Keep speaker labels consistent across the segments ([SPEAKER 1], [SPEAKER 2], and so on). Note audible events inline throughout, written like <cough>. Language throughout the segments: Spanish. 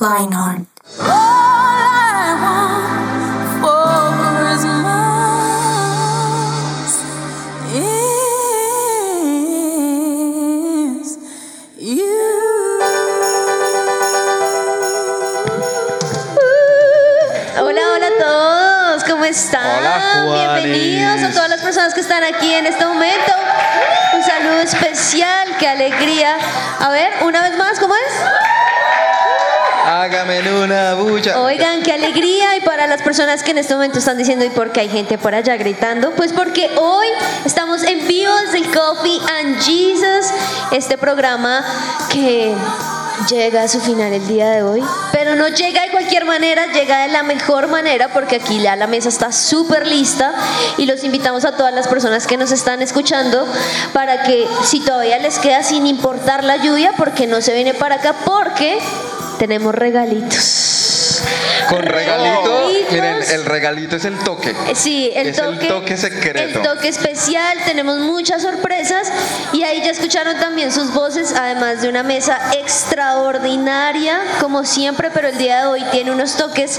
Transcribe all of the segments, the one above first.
[SPEAKER 1] Reinhardt.
[SPEAKER 2] Hola, hola a todos, ¿cómo están?
[SPEAKER 3] Hola, Juanes.
[SPEAKER 2] Bienvenidos a todas las personas que están aquí en este momento. Un saludo especial, qué alegría. A ver, una vez más, ¿cómo es?
[SPEAKER 3] Hágame una bulla.
[SPEAKER 2] Oigan, qué alegría. Y para las personas que en este momento están diciendo, ¿y por qué hay gente por allá gritando? Pues porque hoy estamos en vivo desde el Coffee and Jesus, este programa que llega a su final el día de hoy. Pero no llega de cualquier manera, llega de la mejor manera porque aquí ya la mesa está súper lista y los invitamos a todas las personas que nos están escuchando para que si todavía les queda sin importar la lluvia, porque no se viene para acá, porque tenemos regalitos.
[SPEAKER 3] Con regalito.
[SPEAKER 2] Regalitos.
[SPEAKER 3] Miren, el regalito es el toque.
[SPEAKER 2] Eh, Sí, el
[SPEAKER 3] Es el
[SPEAKER 2] toque,
[SPEAKER 3] toque secreto.
[SPEAKER 2] El toque especial, tenemos muchas sorpresas y ahí ya escucharon también sus voces, además de una mesa extraordinaria, como siempre, pero el día de hoy tiene unos toques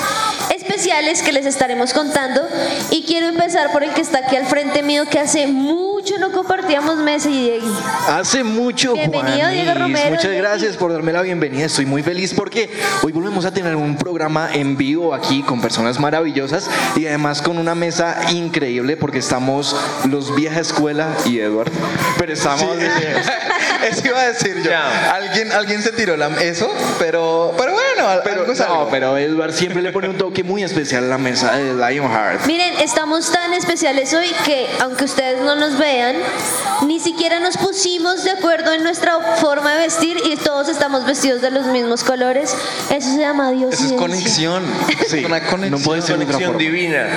[SPEAKER 2] especiales que les estaremos contando y quiero empezar por el que está aquí al frente mío que hace mucho no compartíamos mesa y Diego.
[SPEAKER 4] Hace mucho,
[SPEAKER 2] Bienvenido,
[SPEAKER 4] Juanis.
[SPEAKER 2] Diego Romero.
[SPEAKER 4] Muchas
[SPEAKER 2] Diego.
[SPEAKER 4] gracias por darme la bienvenida. Estoy muy feliz porque hoy volvemos a tener un programa en vivo aquí con personas maravillosas y además con una mesa increíble porque estamos los vieja escuela y Edward. Pero estamos... <laughs>
[SPEAKER 3] Eso iba a decir yo.
[SPEAKER 4] Ya.
[SPEAKER 3] Alguien, alguien se tiró la, eso, pero, pero bueno, al-
[SPEAKER 4] Pero,
[SPEAKER 3] algo es
[SPEAKER 4] no,
[SPEAKER 3] algo.
[SPEAKER 4] pero Edward siempre le pone un toque muy especial a la mesa de Lionheart.
[SPEAKER 2] Miren, estamos tan especiales hoy que, aunque ustedes no nos vean, ni siquiera nos pusimos de acuerdo en nuestra forma de vestir y todos estamos vestidos de los mismos colores. Eso se llama Dios.
[SPEAKER 3] Eso es conexión.
[SPEAKER 4] Sí,
[SPEAKER 3] Es una conexión.
[SPEAKER 4] no puede ser de otra
[SPEAKER 5] Conexión
[SPEAKER 4] forma.
[SPEAKER 5] divina.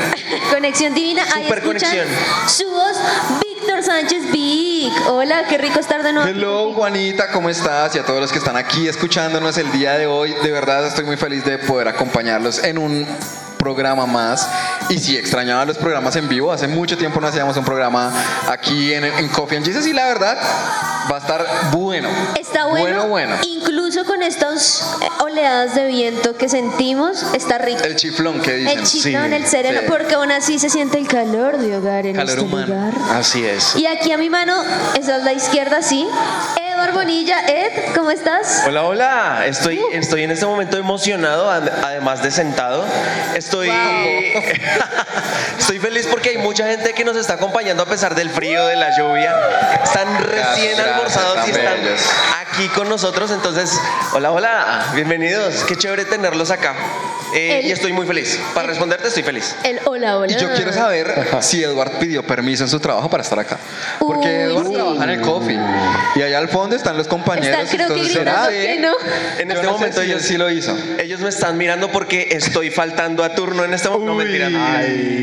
[SPEAKER 2] Conexión divina. Ahí escuchan
[SPEAKER 5] Superconexión.
[SPEAKER 2] su voz, Víctor Sánchez Vic. Hola, qué rico estar de nuevo. aquí
[SPEAKER 3] Hello
[SPEAKER 2] contigo.
[SPEAKER 3] Juanita, ¿cómo estás? Y a todos los que están aquí escuchándonos el día de hoy, de verdad estoy muy feliz de poder acompañarlos en un programa más. Y si extrañaba los programas en vivo, hace mucho tiempo no hacíamos un programa aquí en, en Coffee and Jesus y la verdad va a estar bueno.
[SPEAKER 2] Está bueno,
[SPEAKER 3] Bueno, bueno.
[SPEAKER 2] Incluso con estas eh, oleadas de viento que sentimos, está rico.
[SPEAKER 3] El chiflón que dicen.
[SPEAKER 2] El chiflón, el sereno,
[SPEAKER 3] sí.
[SPEAKER 2] porque aún así se siente el calor de hogar en
[SPEAKER 3] Calor
[SPEAKER 2] este
[SPEAKER 3] humano.
[SPEAKER 2] lugar.
[SPEAKER 4] Así es.
[SPEAKER 2] Y aquí a mi mano, esa es la izquierda, sí. Edward Bonilla, Ed, ¿cómo estás?
[SPEAKER 5] Hola, hola. Estoy, estoy en este momento emocionado, ad- además de sentado. Estoy, <laughs> estoy feliz porque hay mucha gente que nos está acompañando a pesar del frío, de la lluvia. Están recién
[SPEAKER 3] gracias,
[SPEAKER 5] almorzados y
[SPEAKER 3] tan
[SPEAKER 5] están
[SPEAKER 3] bellos.
[SPEAKER 5] aquí con nosotros. Entonces, hola, hola. Bienvenidos. Qué chévere tenerlos acá. Eh,
[SPEAKER 2] El-
[SPEAKER 5] y estoy muy feliz. Para responderte, estoy feliz.
[SPEAKER 2] El hola, hola.
[SPEAKER 3] Y yo quiero saber si Eduard pidió permiso en su trabajo para estar acá. Porque
[SPEAKER 2] Uy,
[SPEAKER 3] Eduard
[SPEAKER 2] sí.
[SPEAKER 3] trabaja en el coffee. Y allá al fondo están los compañeros.
[SPEAKER 2] Está, creo que
[SPEAKER 3] entonces,
[SPEAKER 2] gritando
[SPEAKER 3] ¿será?
[SPEAKER 2] que no.
[SPEAKER 5] En
[SPEAKER 3] Yo
[SPEAKER 5] este
[SPEAKER 3] no sé
[SPEAKER 5] momento
[SPEAKER 3] si
[SPEAKER 5] yo
[SPEAKER 3] él sí lo hizo.
[SPEAKER 5] Ellos me están mirando porque estoy faltando a turno en este momento. No,
[SPEAKER 3] Uy.
[SPEAKER 5] mentira.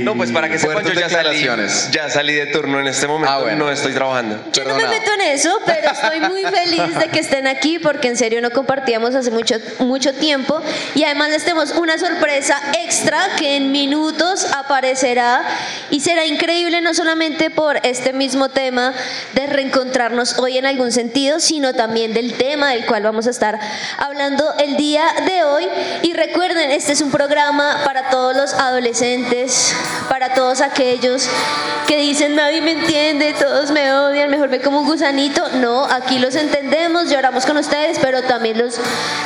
[SPEAKER 5] No, pues para que sepan, yo
[SPEAKER 3] Fuertes
[SPEAKER 5] ya salí,
[SPEAKER 3] declaraciones.
[SPEAKER 5] ya salí de turno en este momento.
[SPEAKER 3] Ah, bueno.
[SPEAKER 5] No estoy trabajando.
[SPEAKER 2] Yo no me
[SPEAKER 3] Perdona.
[SPEAKER 2] meto en eso, pero estoy muy feliz de que estén aquí porque en serio no compartíamos hace mucho, mucho tiempo y además les tenemos una sorpresa extra que en minutos aparecerá y será increíble no solamente por este mismo tema de reencontrarnos hoy en algún sentido, sino también del tema del cual vamos a estar hablando el día de hoy y recuerden, este es un programa para todos los adolescentes, para todos aquellos que dicen nadie me entiende, todos me odian, mejor me como un gusanito. No, aquí los entendemos, lloramos con ustedes, pero también los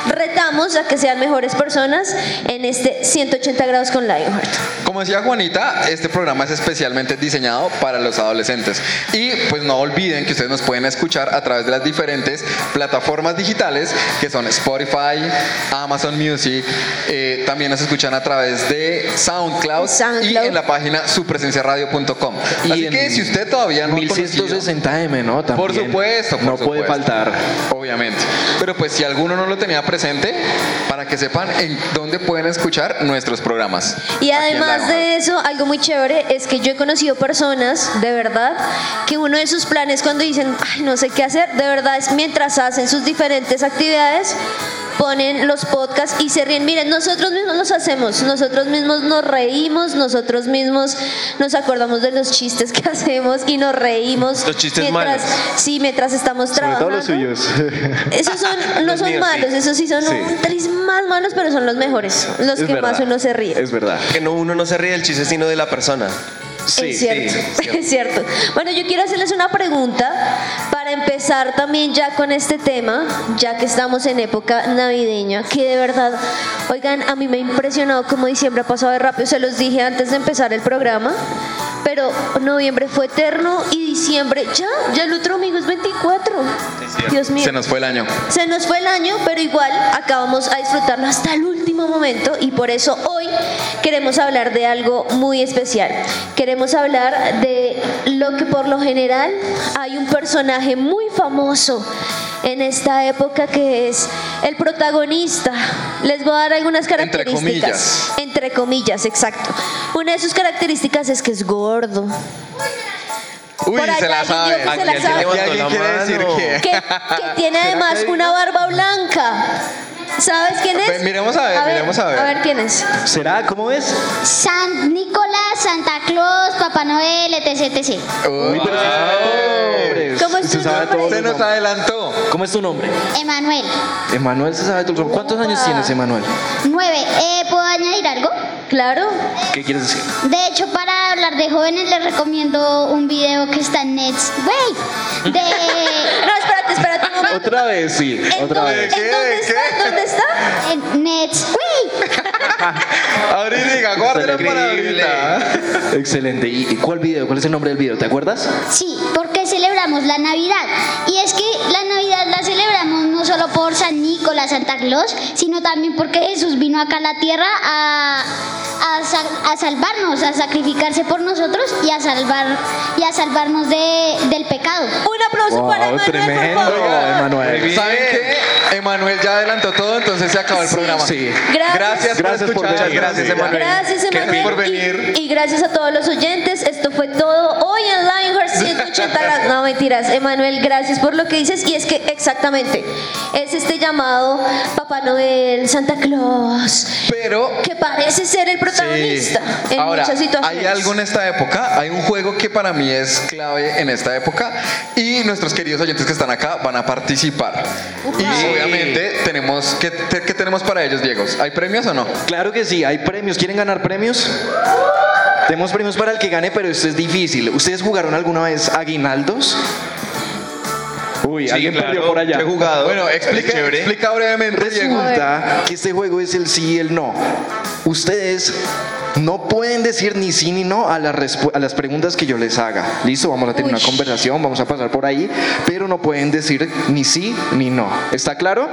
[SPEAKER 2] retamos a que sean mejores personas en este 180 grados con Lionheart.
[SPEAKER 3] Como decía Juanita, este programa es especialmente diseñado para los adolescentes. Y pues no olviden que ustedes nos pueden escuchar a través de las diferentes plataformas digitales que son Spotify, Amazon Music. eh, también nos escuchan a través de SoundCloud, y
[SPEAKER 2] SoundCloud.
[SPEAKER 3] en la página supresenciaradio.com.
[SPEAKER 4] Y
[SPEAKER 3] Así
[SPEAKER 4] en
[SPEAKER 3] que si usted todavía no ha conocido-
[SPEAKER 4] 1160M, ¿no? También.
[SPEAKER 3] Por supuesto, por
[SPEAKER 4] no puede
[SPEAKER 3] supuesto.
[SPEAKER 4] faltar.
[SPEAKER 3] Obviamente. Pero pues si alguno no lo tenía presente, para que sepan en dónde pueden escuchar nuestros programas. Aquí
[SPEAKER 2] Y
[SPEAKER 3] en
[SPEAKER 2] además
[SPEAKER 3] Lionheart.
[SPEAKER 2] de eso, algo muy chévere es que yo he conocido personas, de verdad, que uno de sus planes cuando dicen, ay, no sé qué hacer, de verdad es mientras hacen sus diferentes actividades, ponen los podcasts y se ríen. Miren, nosotros mismos los hacemos, nosotros mismos nos reímos, nosotros mismos nos acordamos de los chistes que <laughs> hacemos y nos reímos.
[SPEAKER 5] Los chistes
[SPEAKER 2] mientras,
[SPEAKER 5] malos.
[SPEAKER 2] Sí, mientras estamos
[SPEAKER 1] Sobre todo
[SPEAKER 4] <laughs>
[SPEAKER 2] trabajando.
[SPEAKER 1] los suyos.
[SPEAKER 2] <laughs> Esos son, no
[SPEAKER 5] Los
[SPEAKER 2] son
[SPEAKER 5] míos, sí.
[SPEAKER 2] malos, esos sí son
[SPEAKER 1] Sí.
[SPEAKER 2] un tris más malos, pero son los mejores, los
[SPEAKER 1] Es
[SPEAKER 2] que
[SPEAKER 1] verdad.
[SPEAKER 2] más uno se ríe.
[SPEAKER 1] Es verdad.
[SPEAKER 5] Que no, uno no se ríe del chiste, sino de la persona.
[SPEAKER 2] es cierto, <laughs> es cierto. Bueno, yo quiero hacerles una pregunta para empezar también ya con este tema, ya que estamos en época navideña, que de verdad, oigan, a mí me ha impresionado cómo diciembre ha pasado de rápido, se los dije antes de empezar el programa, pero noviembre fue eterno y diciembre, ya, ya el otro domingo es 24. Dios mío.
[SPEAKER 3] Se nos fue el año.
[SPEAKER 2] Se nos fue el año, pero igual acabamos a disfrutarlo hasta el último momento y por eso hoy queremos hablar de algo muy especial. Queremos hablar de lo que por lo general hay un personaje muy famoso en esta época que es el protagonista. Les voy a dar algunas características.
[SPEAKER 3] comillas.
[SPEAKER 2] Entre comillas, exacto. Una de sus características es que es gordo.
[SPEAKER 3] Uy,
[SPEAKER 2] Por allá
[SPEAKER 3] se la
[SPEAKER 2] alguien
[SPEAKER 3] sabe.
[SPEAKER 2] dijo
[SPEAKER 3] Aquí
[SPEAKER 2] que se la sabe.
[SPEAKER 3] alguien quiere decir que.
[SPEAKER 2] que, que tiene además una barba blanca. ¿Sabes quién es?
[SPEAKER 3] Ven, miremos a ver, miremos a ver.
[SPEAKER 2] A ver quién es.
[SPEAKER 4] ¿Será? ¿Cómo es?
[SPEAKER 6] San Nicolás, Santa Claus, Papá Noel, etc, etc.
[SPEAKER 3] Uy, pero se sabe.
[SPEAKER 2] ¿Cómo es
[SPEAKER 4] Se
[SPEAKER 2] tu
[SPEAKER 4] sabe todos
[SPEAKER 3] Se
[SPEAKER 2] nombre?
[SPEAKER 4] los
[SPEAKER 3] nos
[SPEAKER 4] nombres.
[SPEAKER 3] adelantó.
[SPEAKER 4] ¿Cómo es tu nombre?
[SPEAKER 6] Emanuel.
[SPEAKER 4] Emanuel se sabe todos los ¿Cuántos años tienes, Emanuel?
[SPEAKER 6] 9. Eh, ¿Puedo añadir algo?
[SPEAKER 2] Claro.
[SPEAKER 4] ¿Qué quieres decir?
[SPEAKER 6] De hecho, para hablar de jóvenes, les recomiendo un video que está en Nets. ¡Wey! De.
[SPEAKER 2] <laughs> No, espérate, espérate
[SPEAKER 3] <laughs>
[SPEAKER 2] un momento.
[SPEAKER 4] Otra vez, sí.
[SPEAKER 2] ¿En
[SPEAKER 4] Otra
[SPEAKER 2] dónde-
[SPEAKER 4] vez.
[SPEAKER 2] en dónde está? ¿Dónde está?
[SPEAKER 6] en Nets. ¡Wey!
[SPEAKER 3] Abril diga, guárdelo para
[SPEAKER 5] Increíble.
[SPEAKER 3] ahorita.
[SPEAKER 4] Excelente. ¿Y y cuál video? ¿Cuál es el nombre del video? ¿Te acuerdas?
[SPEAKER 6] Sí, porque celebramos la Navidad. Y es que la Navidad la celebramos no solo por San Nicolás, Santa Claus, sino también porque Jesús vino acá a la tierra a, a sal- a salvarnos, a sacrificarse por nosotros y a salvar y a salvarnos de- del pecado.
[SPEAKER 2] Un aplauso
[SPEAKER 4] Wow,
[SPEAKER 2] para Manuel,
[SPEAKER 4] tremendo,
[SPEAKER 2] por favor.
[SPEAKER 4] Emanuel.
[SPEAKER 3] ¿Saben qué? Emanuel ya adelantó todo, entonces se acabó el programa.
[SPEAKER 4] Sí.
[SPEAKER 2] Gracias.
[SPEAKER 3] Gracias,
[SPEAKER 4] Gracias por
[SPEAKER 3] por escuchar.
[SPEAKER 4] venir.
[SPEAKER 3] Gracias,
[SPEAKER 4] Sí.
[SPEAKER 3] Emanuel.
[SPEAKER 2] Gracias,
[SPEAKER 3] Qué
[SPEAKER 2] Emanuel.
[SPEAKER 3] fin por
[SPEAKER 2] y-
[SPEAKER 3] venir.
[SPEAKER 2] Y, gracias a todos los oyentes. Esto fue todo hoy en Linehurst 180 las- No, mentiras. Emanuel, gracias por lo que dices. Y es que exactamente es este llamado Papá Noel, Santa Claus,
[SPEAKER 3] Pero
[SPEAKER 2] que parece ser el protagonista
[SPEAKER 3] Sí.
[SPEAKER 2] en
[SPEAKER 3] Ahora,
[SPEAKER 2] muchas situaciones.
[SPEAKER 3] Hay algo en esta época, hay un juego que para mí es clave en esta época y nuestros queridos oyentes que están acá van a participar. Y obviamente tenemos, ¿qué, te- qué tenemos para ellos, Diego? ¿Hay premios o no?
[SPEAKER 4] Claro que sí, hay premios. ¿Quieren ganar premios? Tenemos premios para el que gane, pero esto es difícil. ¿Ustedes jugaron alguna vez aguinaldos? Uy, alguien perdió por allá.
[SPEAKER 5] Yo he jugado.
[SPEAKER 3] Bueno, explica,
[SPEAKER 5] Chévere.
[SPEAKER 3] explica brevemente, Diego.
[SPEAKER 4] Resulta que este juego es el sí y el no. Ustedes no pueden decir ni sí ni no a las, respu- a las preguntas que yo les haga. Listo, vamos a tener
[SPEAKER 2] Uy.
[SPEAKER 4] una conversación, vamos a pasar por ahí, pero no pueden decir ni sí ni no. ¿Está claro?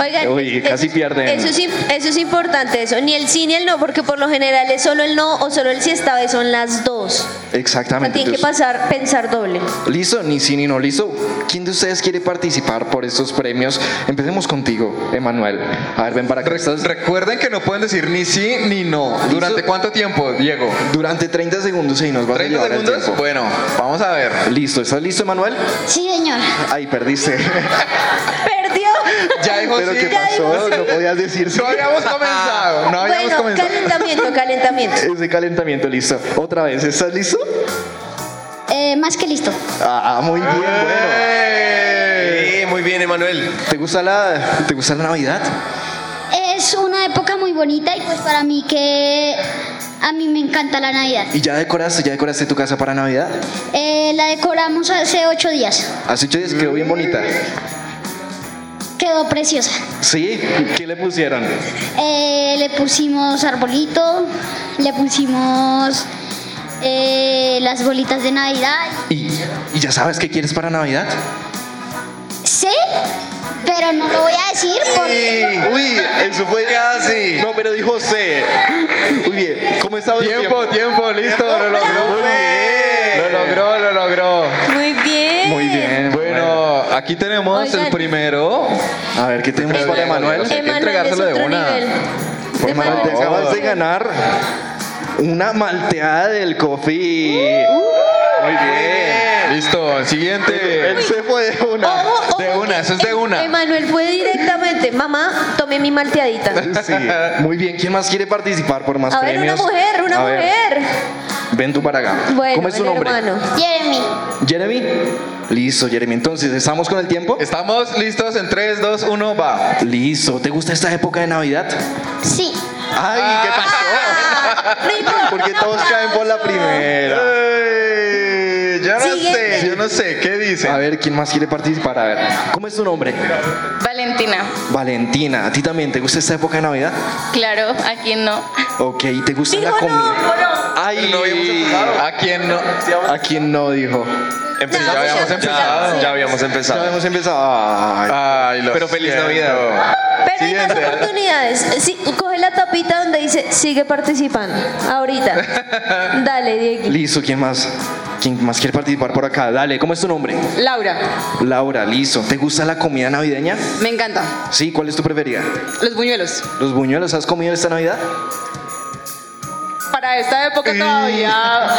[SPEAKER 2] Oigan,
[SPEAKER 4] Uy, casi pierden.
[SPEAKER 2] Eso es, im- eso es importante, eso. Ni el sí ni el no, porque por lo general es solo el no o solo el sí. Esta vez son las dos.
[SPEAKER 3] Ah,
[SPEAKER 2] O sea,
[SPEAKER 4] Exactamente.
[SPEAKER 2] tienen que
[SPEAKER 4] Entonces,
[SPEAKER 2] pasar, pensar doble.
[SPEAKER 4] Listo, ni sí ni no, listo. ¿Quién de ustedes quiere participar por estos premios? Empecemos contigo, Emanuel. A ver, ven para acá.
[SPEAKER 3] Re-
[SPEAKER 4] Estás-
[SPEAKER 3] Recuerden que no pueden decir ni sí ni no. ¿Durante cuánto tiempo, Diego?
[SPEAKER 4] Durante 30 segundos y nos va a
[SPEAKER 3] ¿30
[SPEAKER 4] llevar el
[SPEAKER 3] segundos?
[SPEAKER 4] tiempo.
[SPEAKER 3] Bueno, vamos a ver.
[SPEAKER 4] Listo, ¿estás listo, Emanuel?
[SPEAKER 6] Sí, señor.
[SPEAKER 4] Ay, perdiste.
[SPEAKER 2] Perdió.
[SPEAKER 3] <laughs> Ya
[SPEAKER 4] <laughs>
[SPEAKER 3] dijo
[SPEAKER 1] Pero
[SPEAKER 3] sí.
[SPEAKER 1] ¿qué
[SPEAKER 2] ya
[SPEAKER 1] pasó? No podías decir sí.
[SPEAKER 3] No habíamos comenzado. No habíamos
[SPEAKER 2] Bueno,
[SPEAKER 3] comenzado.
[SPEAKER 2] calentamiento, calentamiento.
[SPEAKER 4] Ese Este calentamiento, listo. Otra vez, ¿estás listo?
[SPEAKER 6] Eh, más que listo.
[SPEAKER 4] Ah, muy bien, bueno.
[SPEAKER 3] ¡Eh!
[SPEAKER 5] Sí, muy bien, Emanuel.
[SPEAKER 4] ¿Te gusta la, ¿te gusta la Navidad?
[SPEAKER 6] Es una época muy bonita y pues para mí que a mí me encanta la Navidad.
[SPEAKER 4] ¿Y ya decoraste, ya decoraste tu casa para Navidad?
[SPEAKER 6] Eh, la decoramos hace ocho días.
[SPEAKER 4] Hace ocho días quedó bien bonita.
[SPEAKER 6] Quedó preciosa.
[SPEAKER 4] ¿Sí? ¿Qué le pusieron?
[SPEAKER 6] Eh, le pusimos arbolito, le pusimos eh, las bolitas de Navidad.
[SPEAKER 4] ¿Y, y ya sabes qué quieres para Navidad?
[SPEAKER 6] Sí, pero no lo voy a decir porque
[SPEAKER 3] Uy, eso fue casi.
[SPEAKER 4] No, pero dijo C. Muy bien. ¿Cómo estaba el
[SPEAKER 3] Tiempo, tiempo, listo, lo logró.
[SPEAKER 4] Muy bien.
[SPEAKER 3] Lo logró, lo logró.
[SPEAKER 2] Muy bien.
[SPEAKER 4] Muy bien.
[SPEAKER 3] Bueno, aquí tenemos
[SPEAKER 2] Oigan.
[SPEAKER 3] el primero.
[SPEAKER 4] A ver, ¿qué tenemos
[SPEAKER 3] Pero
[SPEAKER 4] para
[SPEAKER 3] bien,
[SPEAKER 4] Emanuel?
[SPEAKER 3] Emanuel, Hay que
[SPEAKER 2] Emanuel es
[SPEAKER 3] entregárselo de
[SPEAKER 2] otro
[SPEAKER 3] una.
[SPEAKER 2] nivel.
[SPEAKER 4] Emanuel, te
[SPEAKER 2] Emanuel es
[SPEAKER 4] acabas
[SPEAKER 2] otro
[SPEAKER 4] de ganar una malteada del coffee. Muy bien.
[SPEAKER 3] Listo, siguiente.
[SPEAKER 4] Él se fue de una.
[SPEAKER 2] Ojo, ojo,
[SPEAKER 3] De una, eso es de
[SPEAKER 2] eh,
[SPEAKER 3] una.
[SPEAKER 2] <laughs> Emanuel fue directamente, mamá, tomé mi malteadita.
[SPEAKER 4] Sí, muy bien. ¿Quién más quiere participar por más
[SPEAKER 2] A ver, una
[SPEAKER 4] premios?
[SPEAKER 2] mujer, una
[SPEAKER 4] A ver,
[SPEAKER 2] mujer.
[SPEAKER 4] Ven tú para acá.
[SPEAKER 2] Bueno,
[SPEAKER 4] ¿Cómo es tu
[SPEAKER 2] el
[SPEAKER 4] nombre?
[SPEAKER 2] hermano.
[SPEAKER 6] Jeremy.
[SPEAKER 4] Jeremy. Listo, Jeremy. Entonces, ¿estamos con el tiempo?
[SPEAKER 3] Estamos listos en 3, 2, 1, va.
[SPEAKER 4] Listo. ¿Te gusta esta época de Navidad?
[SPEAKER 6] Sí.
[SPEAKER 4] Ay, ¿qué
[SPEAKER 3] Ah.
[SPEAKER 4] pasó?
[SPEAKER 2] No importa,
[SPEAKER 4] Porque
[SPEAKER 2] un
[SPEAKER 4] todos caen por la
[SPEAKER 2] aplauso.
[SPEAKER 4] primera.
[SPEAKER 3] Ey, Yo no
[SPEAKER 2] Siguiente.
[SPEAKER 3] sé, yo no sé, ¿qué
[SPEAKER 4] A
[SPEAKER 3] dicen?
[SPEAKER 4] ver, ¿quién más quiere participar? A ver, ¿cómo es tu nombre?
[SPEAKER 1] Valentina,
[SPEAKER 4] Valentina. ¿A ti también te gusta esta época de Navidad?
[SPEAKER 1] claro, ¿a quién no?
[SPEAKER 4] Ok, ¿te gusta la
[SPEAKER 2] Dijo
[SPEAKER 4] comida?
[SPEAKER 2] no, no.
[SPEAKER 3] Ay,
[SPEAKER 5] no habíamos empezado.
[SPEAKER 3] ¿a quién no?
[SPEAKER 4] ¿A quién no dijo?
[SPEAKER 5] Empezamos,
[SPEAKER 2] Ya habíamos
[SPEAKER 5] ya,
[SPEAKER 2] empezado.
[SPEAKER 5] ya habíamos
[SPEAKER 4] Ya
[SPEAKER 5] empezado.
[SPEAKER 4] hemos empezado. Ay.
[SPEAKER 3] Ay, lo
[SPEAKER 5] Pero feliz
[SPEAKER 3] siento.
[SPEAKER 5] Navidad.
[SPEAKER 2] Pero hay
[SPEAKER 3] Siguiente. <laughs>
[SPEAKER 2] más <laughs> oportunidades. Sí, coge la tapita donde dice sigue participando.
[SPEAKER 4] <laughs>
[SPEAKER 2] Ahorita. Dale, Diego.
[SPEAKER 4] Listo, ¿quién más? ¿Quién más quiere participar por acá? Dale, ¿cómo es tu nombre?
[SPEAKER 1] Laura,
[SPEAKER 4] Laura, listo. ¿Te gusta la comida navideña?
[SPEAKER 1] me encanta.
[SPEAKER 4] Sí, ¿cuál es tu preferida?
[SPEAKER 1] Los buñuelos.
[SPEAKER 4] ¿Los buñuelos has comido esta Navidad?
[SPEAKER 1] Para esta época todavía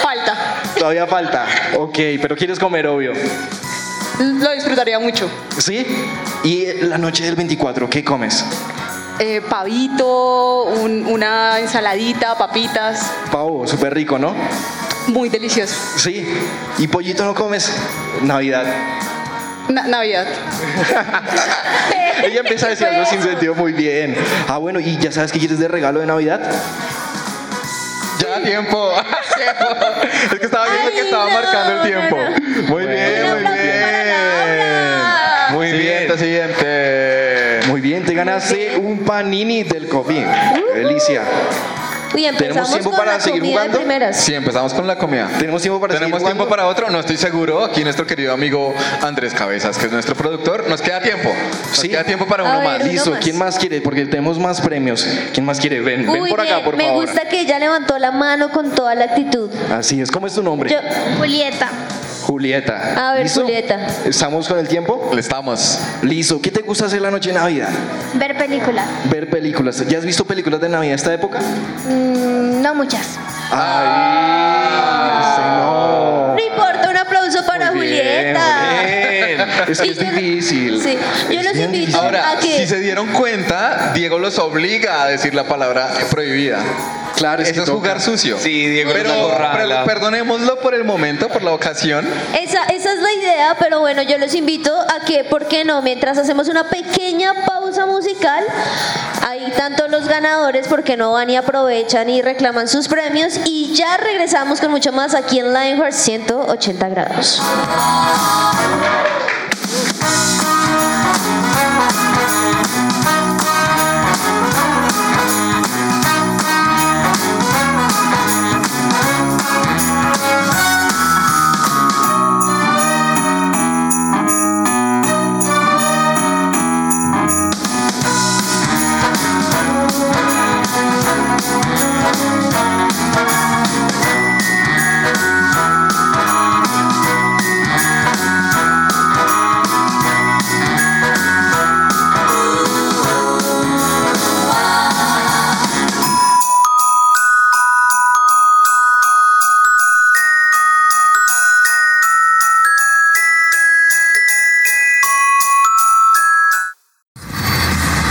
[SPEAKER 1] falta.
[SPEAKER 4] Todavía falta. Ok, pero quieres comer, obvio.
[SPEAKER 1] Lo disfrutaría mucho.
[SPEAKER 4] ¿Sí? ¿Y la noche del 24 qué comes?
[SPEAKER 1] Eh, pavito, un- una ensaladita, papitas.
[SPEAKER 4] Pavo, súper rico, ¿no?
[SPEAKER 1] Muy delicioso.
[SPEAKER 4] Sí. ¿Y pollito no comes? Navidad.
[SPEAKER 1] Na- Navidad.
[SPEAKER 4] Ella empieza a decir algo sin sentido muy bien. Ah, bueno, ¿y ya sabes qué quieres de regalo de Navidad?
[SPEAKER 3] Ya
[SPEAKER 4] <laughs>
[SPEAKER 3] tiempo. es que estaba viendo
[SPEAKER 2] Ay,
[SPEAKER 3] que estaba
[SPEAKER 2] no,
[SPEAKER 3] marcando el
[SPEAKER 2] no,
[SPEAKER 3] tiempo. Muy bien, muy
[SPEAKER 2] aplauso
[SPEAKER 3] bien.
[SPEAKER 2] para Laura.
[SPEAKER 3] Muy bien, siguiente.
[SPEAKER 4] Muy bien, te ganaste un panini del copín.
[SPEAKER 3] Uh.
[SPEAKER 4] Delicia.
[SPEAKER 2] Uy, empezamos
[SPEAKER 4] tiempo
[SPEAKER 2] con
[SPEAKER 4] para
[SPEAKER 2] la
[SPEAKER 4] seguir
[SPEAKER 2] comida de
[SPEAKER 4] jugando?
[SPEAKER 2] primeras.
[SPEAKER 3] Sí, empezamos con la comida.
[SPEAKER 4] ¿Tenemos tiempo para seguir
[SPEAKER 3] ¿Tenemos tiempo
[SPEAKER 4] jugando?
[SPEAKER 3] para otro? No estoy seguro. Aquí nuestro querido amigo Andrés Cabezas, que es nuestro productor, nos queda tiempo. Nos
[SPEAKER 4] Sí. Ah,
[SPEAKER 3] queda tiempo para
[SPEAKER 2] A
[SPEAKER 3] uno
[SPEAKER 2] ver,
[SPEAKER 3] más.
[SPEAKER 2] uno
[SPEAKER 4] Listo,
[SPEAKER 2] más.
[SPEAKER 4] ¿quién más quiere? Porque tenemos más premios. ¿Quién más quiere? Ven, ven
[SPEAKER 2] Uy,
[SPEAKER 4] por acá,
[SPEAKER 2] bien,
[SPEAKER 4] por
[SPEAKER 2] me
[SPEAKER 4] favor.
[SPEAKER 2] gusta que ella levantó la mano con toda la actitud.
[SPEAKER 4] Así es, ¿cómo es tu nombre?
[SPEAKER 2] Yo,
[SPEAKER 6] Julieta.
[SPEAKER 4] Julieta.
[SPEAKER 2] A ver,
[SPEAKER 4] ¿Listo?
[SPEAKER 2] Julieta.
[SPEAKER 4] ¿Estamos con el tiempo?
[SPEAKER 3] Estamos.
[SPEAKER 4] Listo, ¿qué te gusta hacer la noche de Navidad?
[SPEAKER 6] Ver películas.
[SPEAKER 4] Ver películas. ¿Ya has visto películas de Navidad esta época?
[SPEAKER 6] Mm, no muchas.
[SPEAKER 3] Ah.
[SPEAKER 2] no importa, un aplauso para
[SPEAKER 4] Muy bien,
[SPEAKER 2] Julieta.
[SPEAKER 4] muy bien. Es que es
[SPEAKER 2] Y yo-
[SPEAKER 4] difícil.
[SPEAKER 2] Sí, yo
[SPEAKER 4] Es
[SPEAKER 2] los
[SPEAKER 4] bien
[SPEAKER 2] invito
[SPEAKER 4] difícil.
[SPEAKER 3] Ahora,
[SPEAKER 2] a que
[SPEAKER 3] si se dieron cuenta, Diego los obliga a decir la palabra prohibida.
[SPEAKER 4] Claro, es
[SPEAKER 3] Eso
[SPEAKER 4] que
[SPEAKER 3] es jugar
[SPEAKER 4] toca.
[SPEAKER 3] sucio.
[SPEAKER 5] Sí, Diego
[SPEAKER 3] pero,
[SPEAKER 5] nos acorrala.
[SPEAKER 3] pero perdonémoslo por el momento, por la ocasión.
[SPEAKER 2] Esa, esa es la idea, pero bueno, yo los invito a que, ¿por qué no? Mientras hacemos una pequeña pausa musical, ahí tanto los ganadores, porque no van y aprovechan y reclaman sus premios, y ya regresamos con mucho más aquí en Lionheart 180 grados.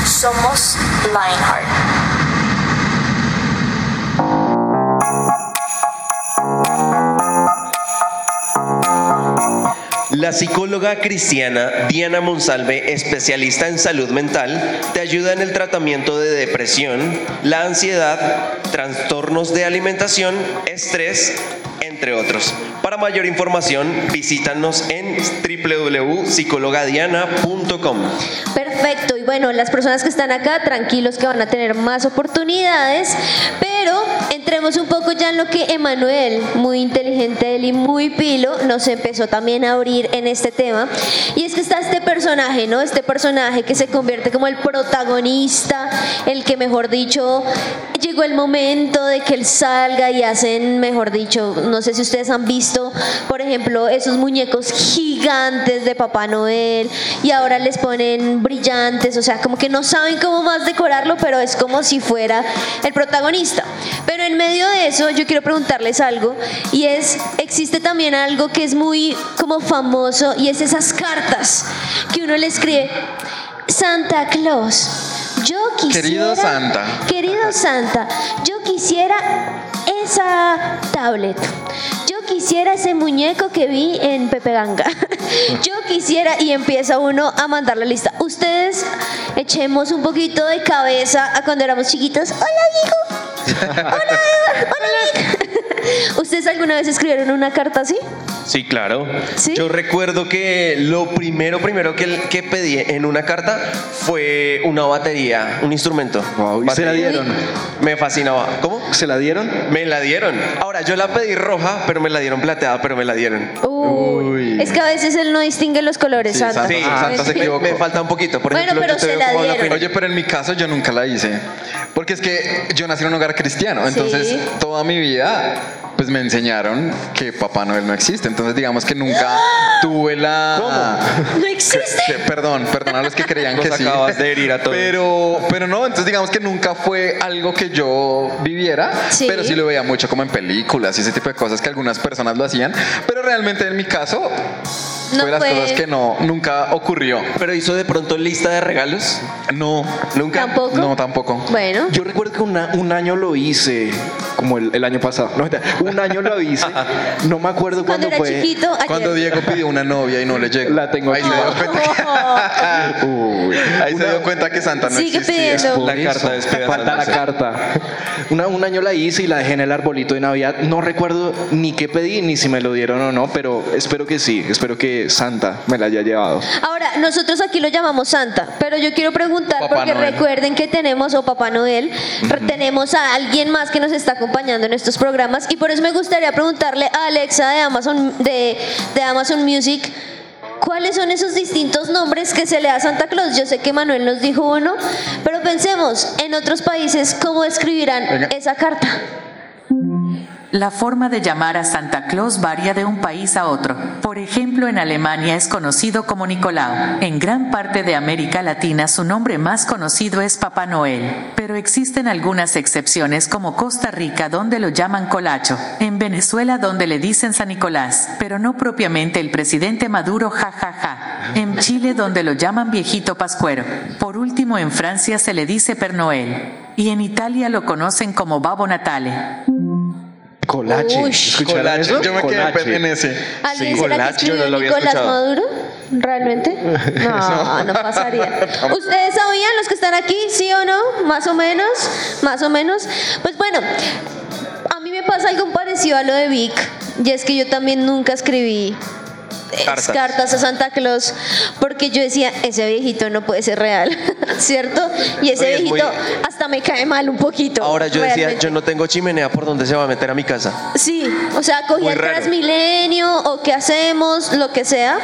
[SPEAKER 7] Somos Lionheart.
[SPEAKER 5] La psicóloga cristiana Diana Monsalve, especialista en salud mental, te ayuda en el tratamiento de depresión, la ansiedad, trastornos de alimentación, estrés, entre otros. Para mayor información, visítanos en www.psicologadiana.com.
[SPEAKER 2] Perfecto, y bueno, las personas que están acá, tranquilos que van a tener más oportunidades, pero entremos un poco ya en lo que Emanuel, muy inteligente él y muy pilo, nos empezó también a abrir en este tema. Y es que está este personaje, ¿no? Este personaje que se convierte como el protagonista, el que mejor dicho, llegó el momento de que él salga y hacen, mejor dicho, no sé si ustedes han visto, por ejemplo, esos muñecos gigantes de Papá Noel y ahora les ponen brillantes, o sea, como que no saben cómo más decorarlo, pero es como si fuera el protagonista. Pero en medio de eso, yo quiero preguntarles algo y es, existe también algo que es muy como famoso y es esas cartas que uno le escribe. Santa Claus, yo quisiera...
[SPEAKER 3] Querido Santa.
[SPEAKER 2] Querido Santa, yo quisiera esa tablet. Yo quisiera ese muñeco que vi en Pepe Ganga. <laughs> Yo quisiera y empieza uno a mandar la lista. Ustedes echemos un poquito de cabeza a cuando éramos chiquitos. Hola, hijo. Hola,
[SPEAKER 3] <laughs>
[SPEAKER 2] hola, hijo. ¿Ustedes alguna vez escribieron una carta así?
[SPEAKER 5] Sí, claro.
[SPEAKER 2] ¿Sí?
[SPEAKER 5] Yo recuerdo que lo primero, primero que, que pedí en una carta fue una batería, un instrumento.
[SPEAKER 4] Wow, ¿y se la
[SPEAKER 5] Batería.
[SPEAKER 4] dieron?
[SPEAKER 5] Me fascinaba. ¿Cómo?
[SPEAKER 4] ¿Se la dieron?
[SPEAKER 5] Me la dieron. Ahora, yo la pedí roja, pero me la dieron plateada, pero me la dieron.
[SPEAKER 2] Uy.
[SPEAKER 4] Uy.
[SPEAKER 2] Es que a veces él no distingue los colores,
[SPEAKER 3] Sí,
[SPEAKER 2] Santa.
[SPEAKER 3] Santa- Ah, Santa se
[SPEAKER 2] Sí.
[SPEAKER 3] equivocó.
[SPEAKER 5] Me falta un poquito. Por
[SPEAKER 2] Bueno,
[SPEAKER 5] ejemplo,
[SPEAKER 2] pero
[SPEAKER 5] yo te
[SPEAKER 2] se
[SPEAKER 5] veo
[SPEAKER 2] la
[SPEAKER 5] como la
[SPEAKER 2] dieron.
[SPEAKER 5] final.
[SPEAKER 3] Oye, pero en mi caso yo nunca la hice. Porque es que yo nací en un hogar cristiano. Entonces,
[SPEAKER 2] Sí.
[SPEAKER 3] toda mi vida, pues me enseñaron que Papá Noel no existe. Entonces, digamos que
[SPEAKER 2] <gasps>
[SPEAKER 3] nunca tuve la.
[SPEAKER 2] No existe.
[SPEAKER 3] Que- perdón, perdón a los que creían
[SPEAKER 5] Nos
[SPEAKER 3] que sí.
[SPEAKER 5] acabas
[SPEAKER 3] <laughs>
[SPEAKER 5] de herir a todos.
[SPEAKER 3] Pero, pero no, entonces digamos que nunca fue algo que yo viviera,
[SPEAKER 2] Sí.
[SPEAKER 3] pero sí lo veía mucho como en películas y ese tipo de cosas que algunas personas lo hacían. Pero realmente en mi caso,
[SPEAKER 2] No
[SPEAKER 3] fue de las
[SPEAKER 2] fue-
[SPEAKER 3] cosas que no, nunca ocurrió.
[SPEAKER 5] Pero hizo de pronto lista de regalos.
[SPEAKER 3] No,
[SPEAKER 5] Nunca.
[SPEAKER 2] ¿Tampoco?
[SPEAKER 3] no, tampoco.
[SPEAKER 2] Bueno.
[SPEAKER 4] Yo recuerdo que una- un año lo hice, como el, el año pasado. No, mentira, un año lo
[SPEAKER 3] <laughs>
[SPEAKER 4] hice. No me acuerdo cuándo
[SPEAKER 2] Cuando era
[SPEAKER 4] fue.
[SPEAKER 2] chiquito, ayer.
[SPEAKER 3] Cuando Diego pidió una novia y no le llegó.
[SPEAKER 4] La tengo
[SPEAKER 3] ahí
[SPEAKER 4] aquí.
[SPEAKER 3] se dio cuenta que, <laughs>
[SPEAKER 4] Uy.
[SPEAKER 3] ahí se
[SPEAKER 4] Una-
[SPEAKER 3] dio cuenta que Santa no
[SPEAKER 2] Sigue
[SPEAKER 3] existía.
[SPEAKER 2] pidiendo.
[SPEAKER 5] La
[SPEAKER 4] Por
[SPEAKER 5] carta despedazada.
[SPEAKER 4] Falta
[SPEAKER 3] ¿eh?
[SPEAKER 4] la carta. Una- un año la hice y la dejé en el arbolito de Navidad. No recuerdo ni qué pedí, ni si me lo dieron o no, pero espero que sí. Espero que Santa me la haya llevado.
[SPEAKER 2] Ahora, nosotros aquí lo llamamos Santa, pero yo quiero preguntar,
[SPEAKER 3] Papá
[SPEAKER 2] porque
[SPEAKER 3] Noel.
[SPEAKER 2] recuerden que tenemos, o Papá Noel, re- tenemos a alguien más que nos está acompañando en estos programas, y por eso me gustaría preguntarle a Alexa de Amazon, de, de Amazon Music. ¿Cuáles son esos distintos nombres que se le da a Santa Claus? Yo sé que Manuel nos dijo uno, pero pensemos en otros países cómo escribirán
[SPEAKER 3] Venga.
[SPEAKER 2] esa carta.
[SPEAKER 8] La forma de llamar a Santa Claus varía de un país a otro. Por ejemplo, en Alemania es conocido como Nicolau. En gran parte de América Latina su nombre más conocido es Papá Noel, pero existen algunas excepciones como Costa Rica donde lo llaman Colacho, en Venezuela donde le dicen San Nicolás, pero no propiamente el presidente Maduro jajaja, en Chile donde lo llaman viejito pascuero. Por último, en Francia se le dice Per Noel. Y en Italia lo conocen como Babo Natale.
[SPEAKER 4] Colache.
[SPEAKER 2] Uy,
[SPEAKER 4] ¿Escucharon
[SPEAKER 3] Colache,
[SPEAKER 4] eso?
[SPEAKER 3] Yo me quedé
[SPEAKER 4] Colache.
[SPEAKER 3] en ese.
[SPEAKER 2] ¿Alguien
[SPEAKER 5] Sí.
[SPEAKER 2] será
[SPEAKER 5] Hola, yo no
[SPEAKER 2] que escribió
[SPEAKER 5] lo había
[SPEAKER 2] Nicolás
[SPEAKER 5] escuchado.
[SPEAKER 2] Maduro?
[SPEAKER 5] <laughs>
[SPEAKER 2] ¿Realmente? No, no pasaría. ¿Ustedes sabían los que están aquí, sí o no? Más o menos, más o menos. Pues bueno, a mí me pasa algo parecido a lo de Vic, y es que yo también nunca escribí eh,
[SPEAKER 5] Cartas.
[SPEAKER 2] cartas a Santa Claus porque yo decía ese viejito no puede ser real <laughs> cierto y ese
[SPEAKER 5] Oye, es muy-
[SPEAKER 2] viejito hasta me cae mal un poquito
[SPEAKER 5] Ahora yo decía,
[SPEAKER 2] realmente.
[SPEAKER 5] yo no tengo chimenea por donde se va a meter a mi casa.
[SPEAKER 2] Sí, o sea, cogía
[SPEAKER 5] Muy
[SPEAKER 2] el
[SPEAKER 5] raro.
[SPEAKER 2] Transmilenio o qué hacemos, lo que sea.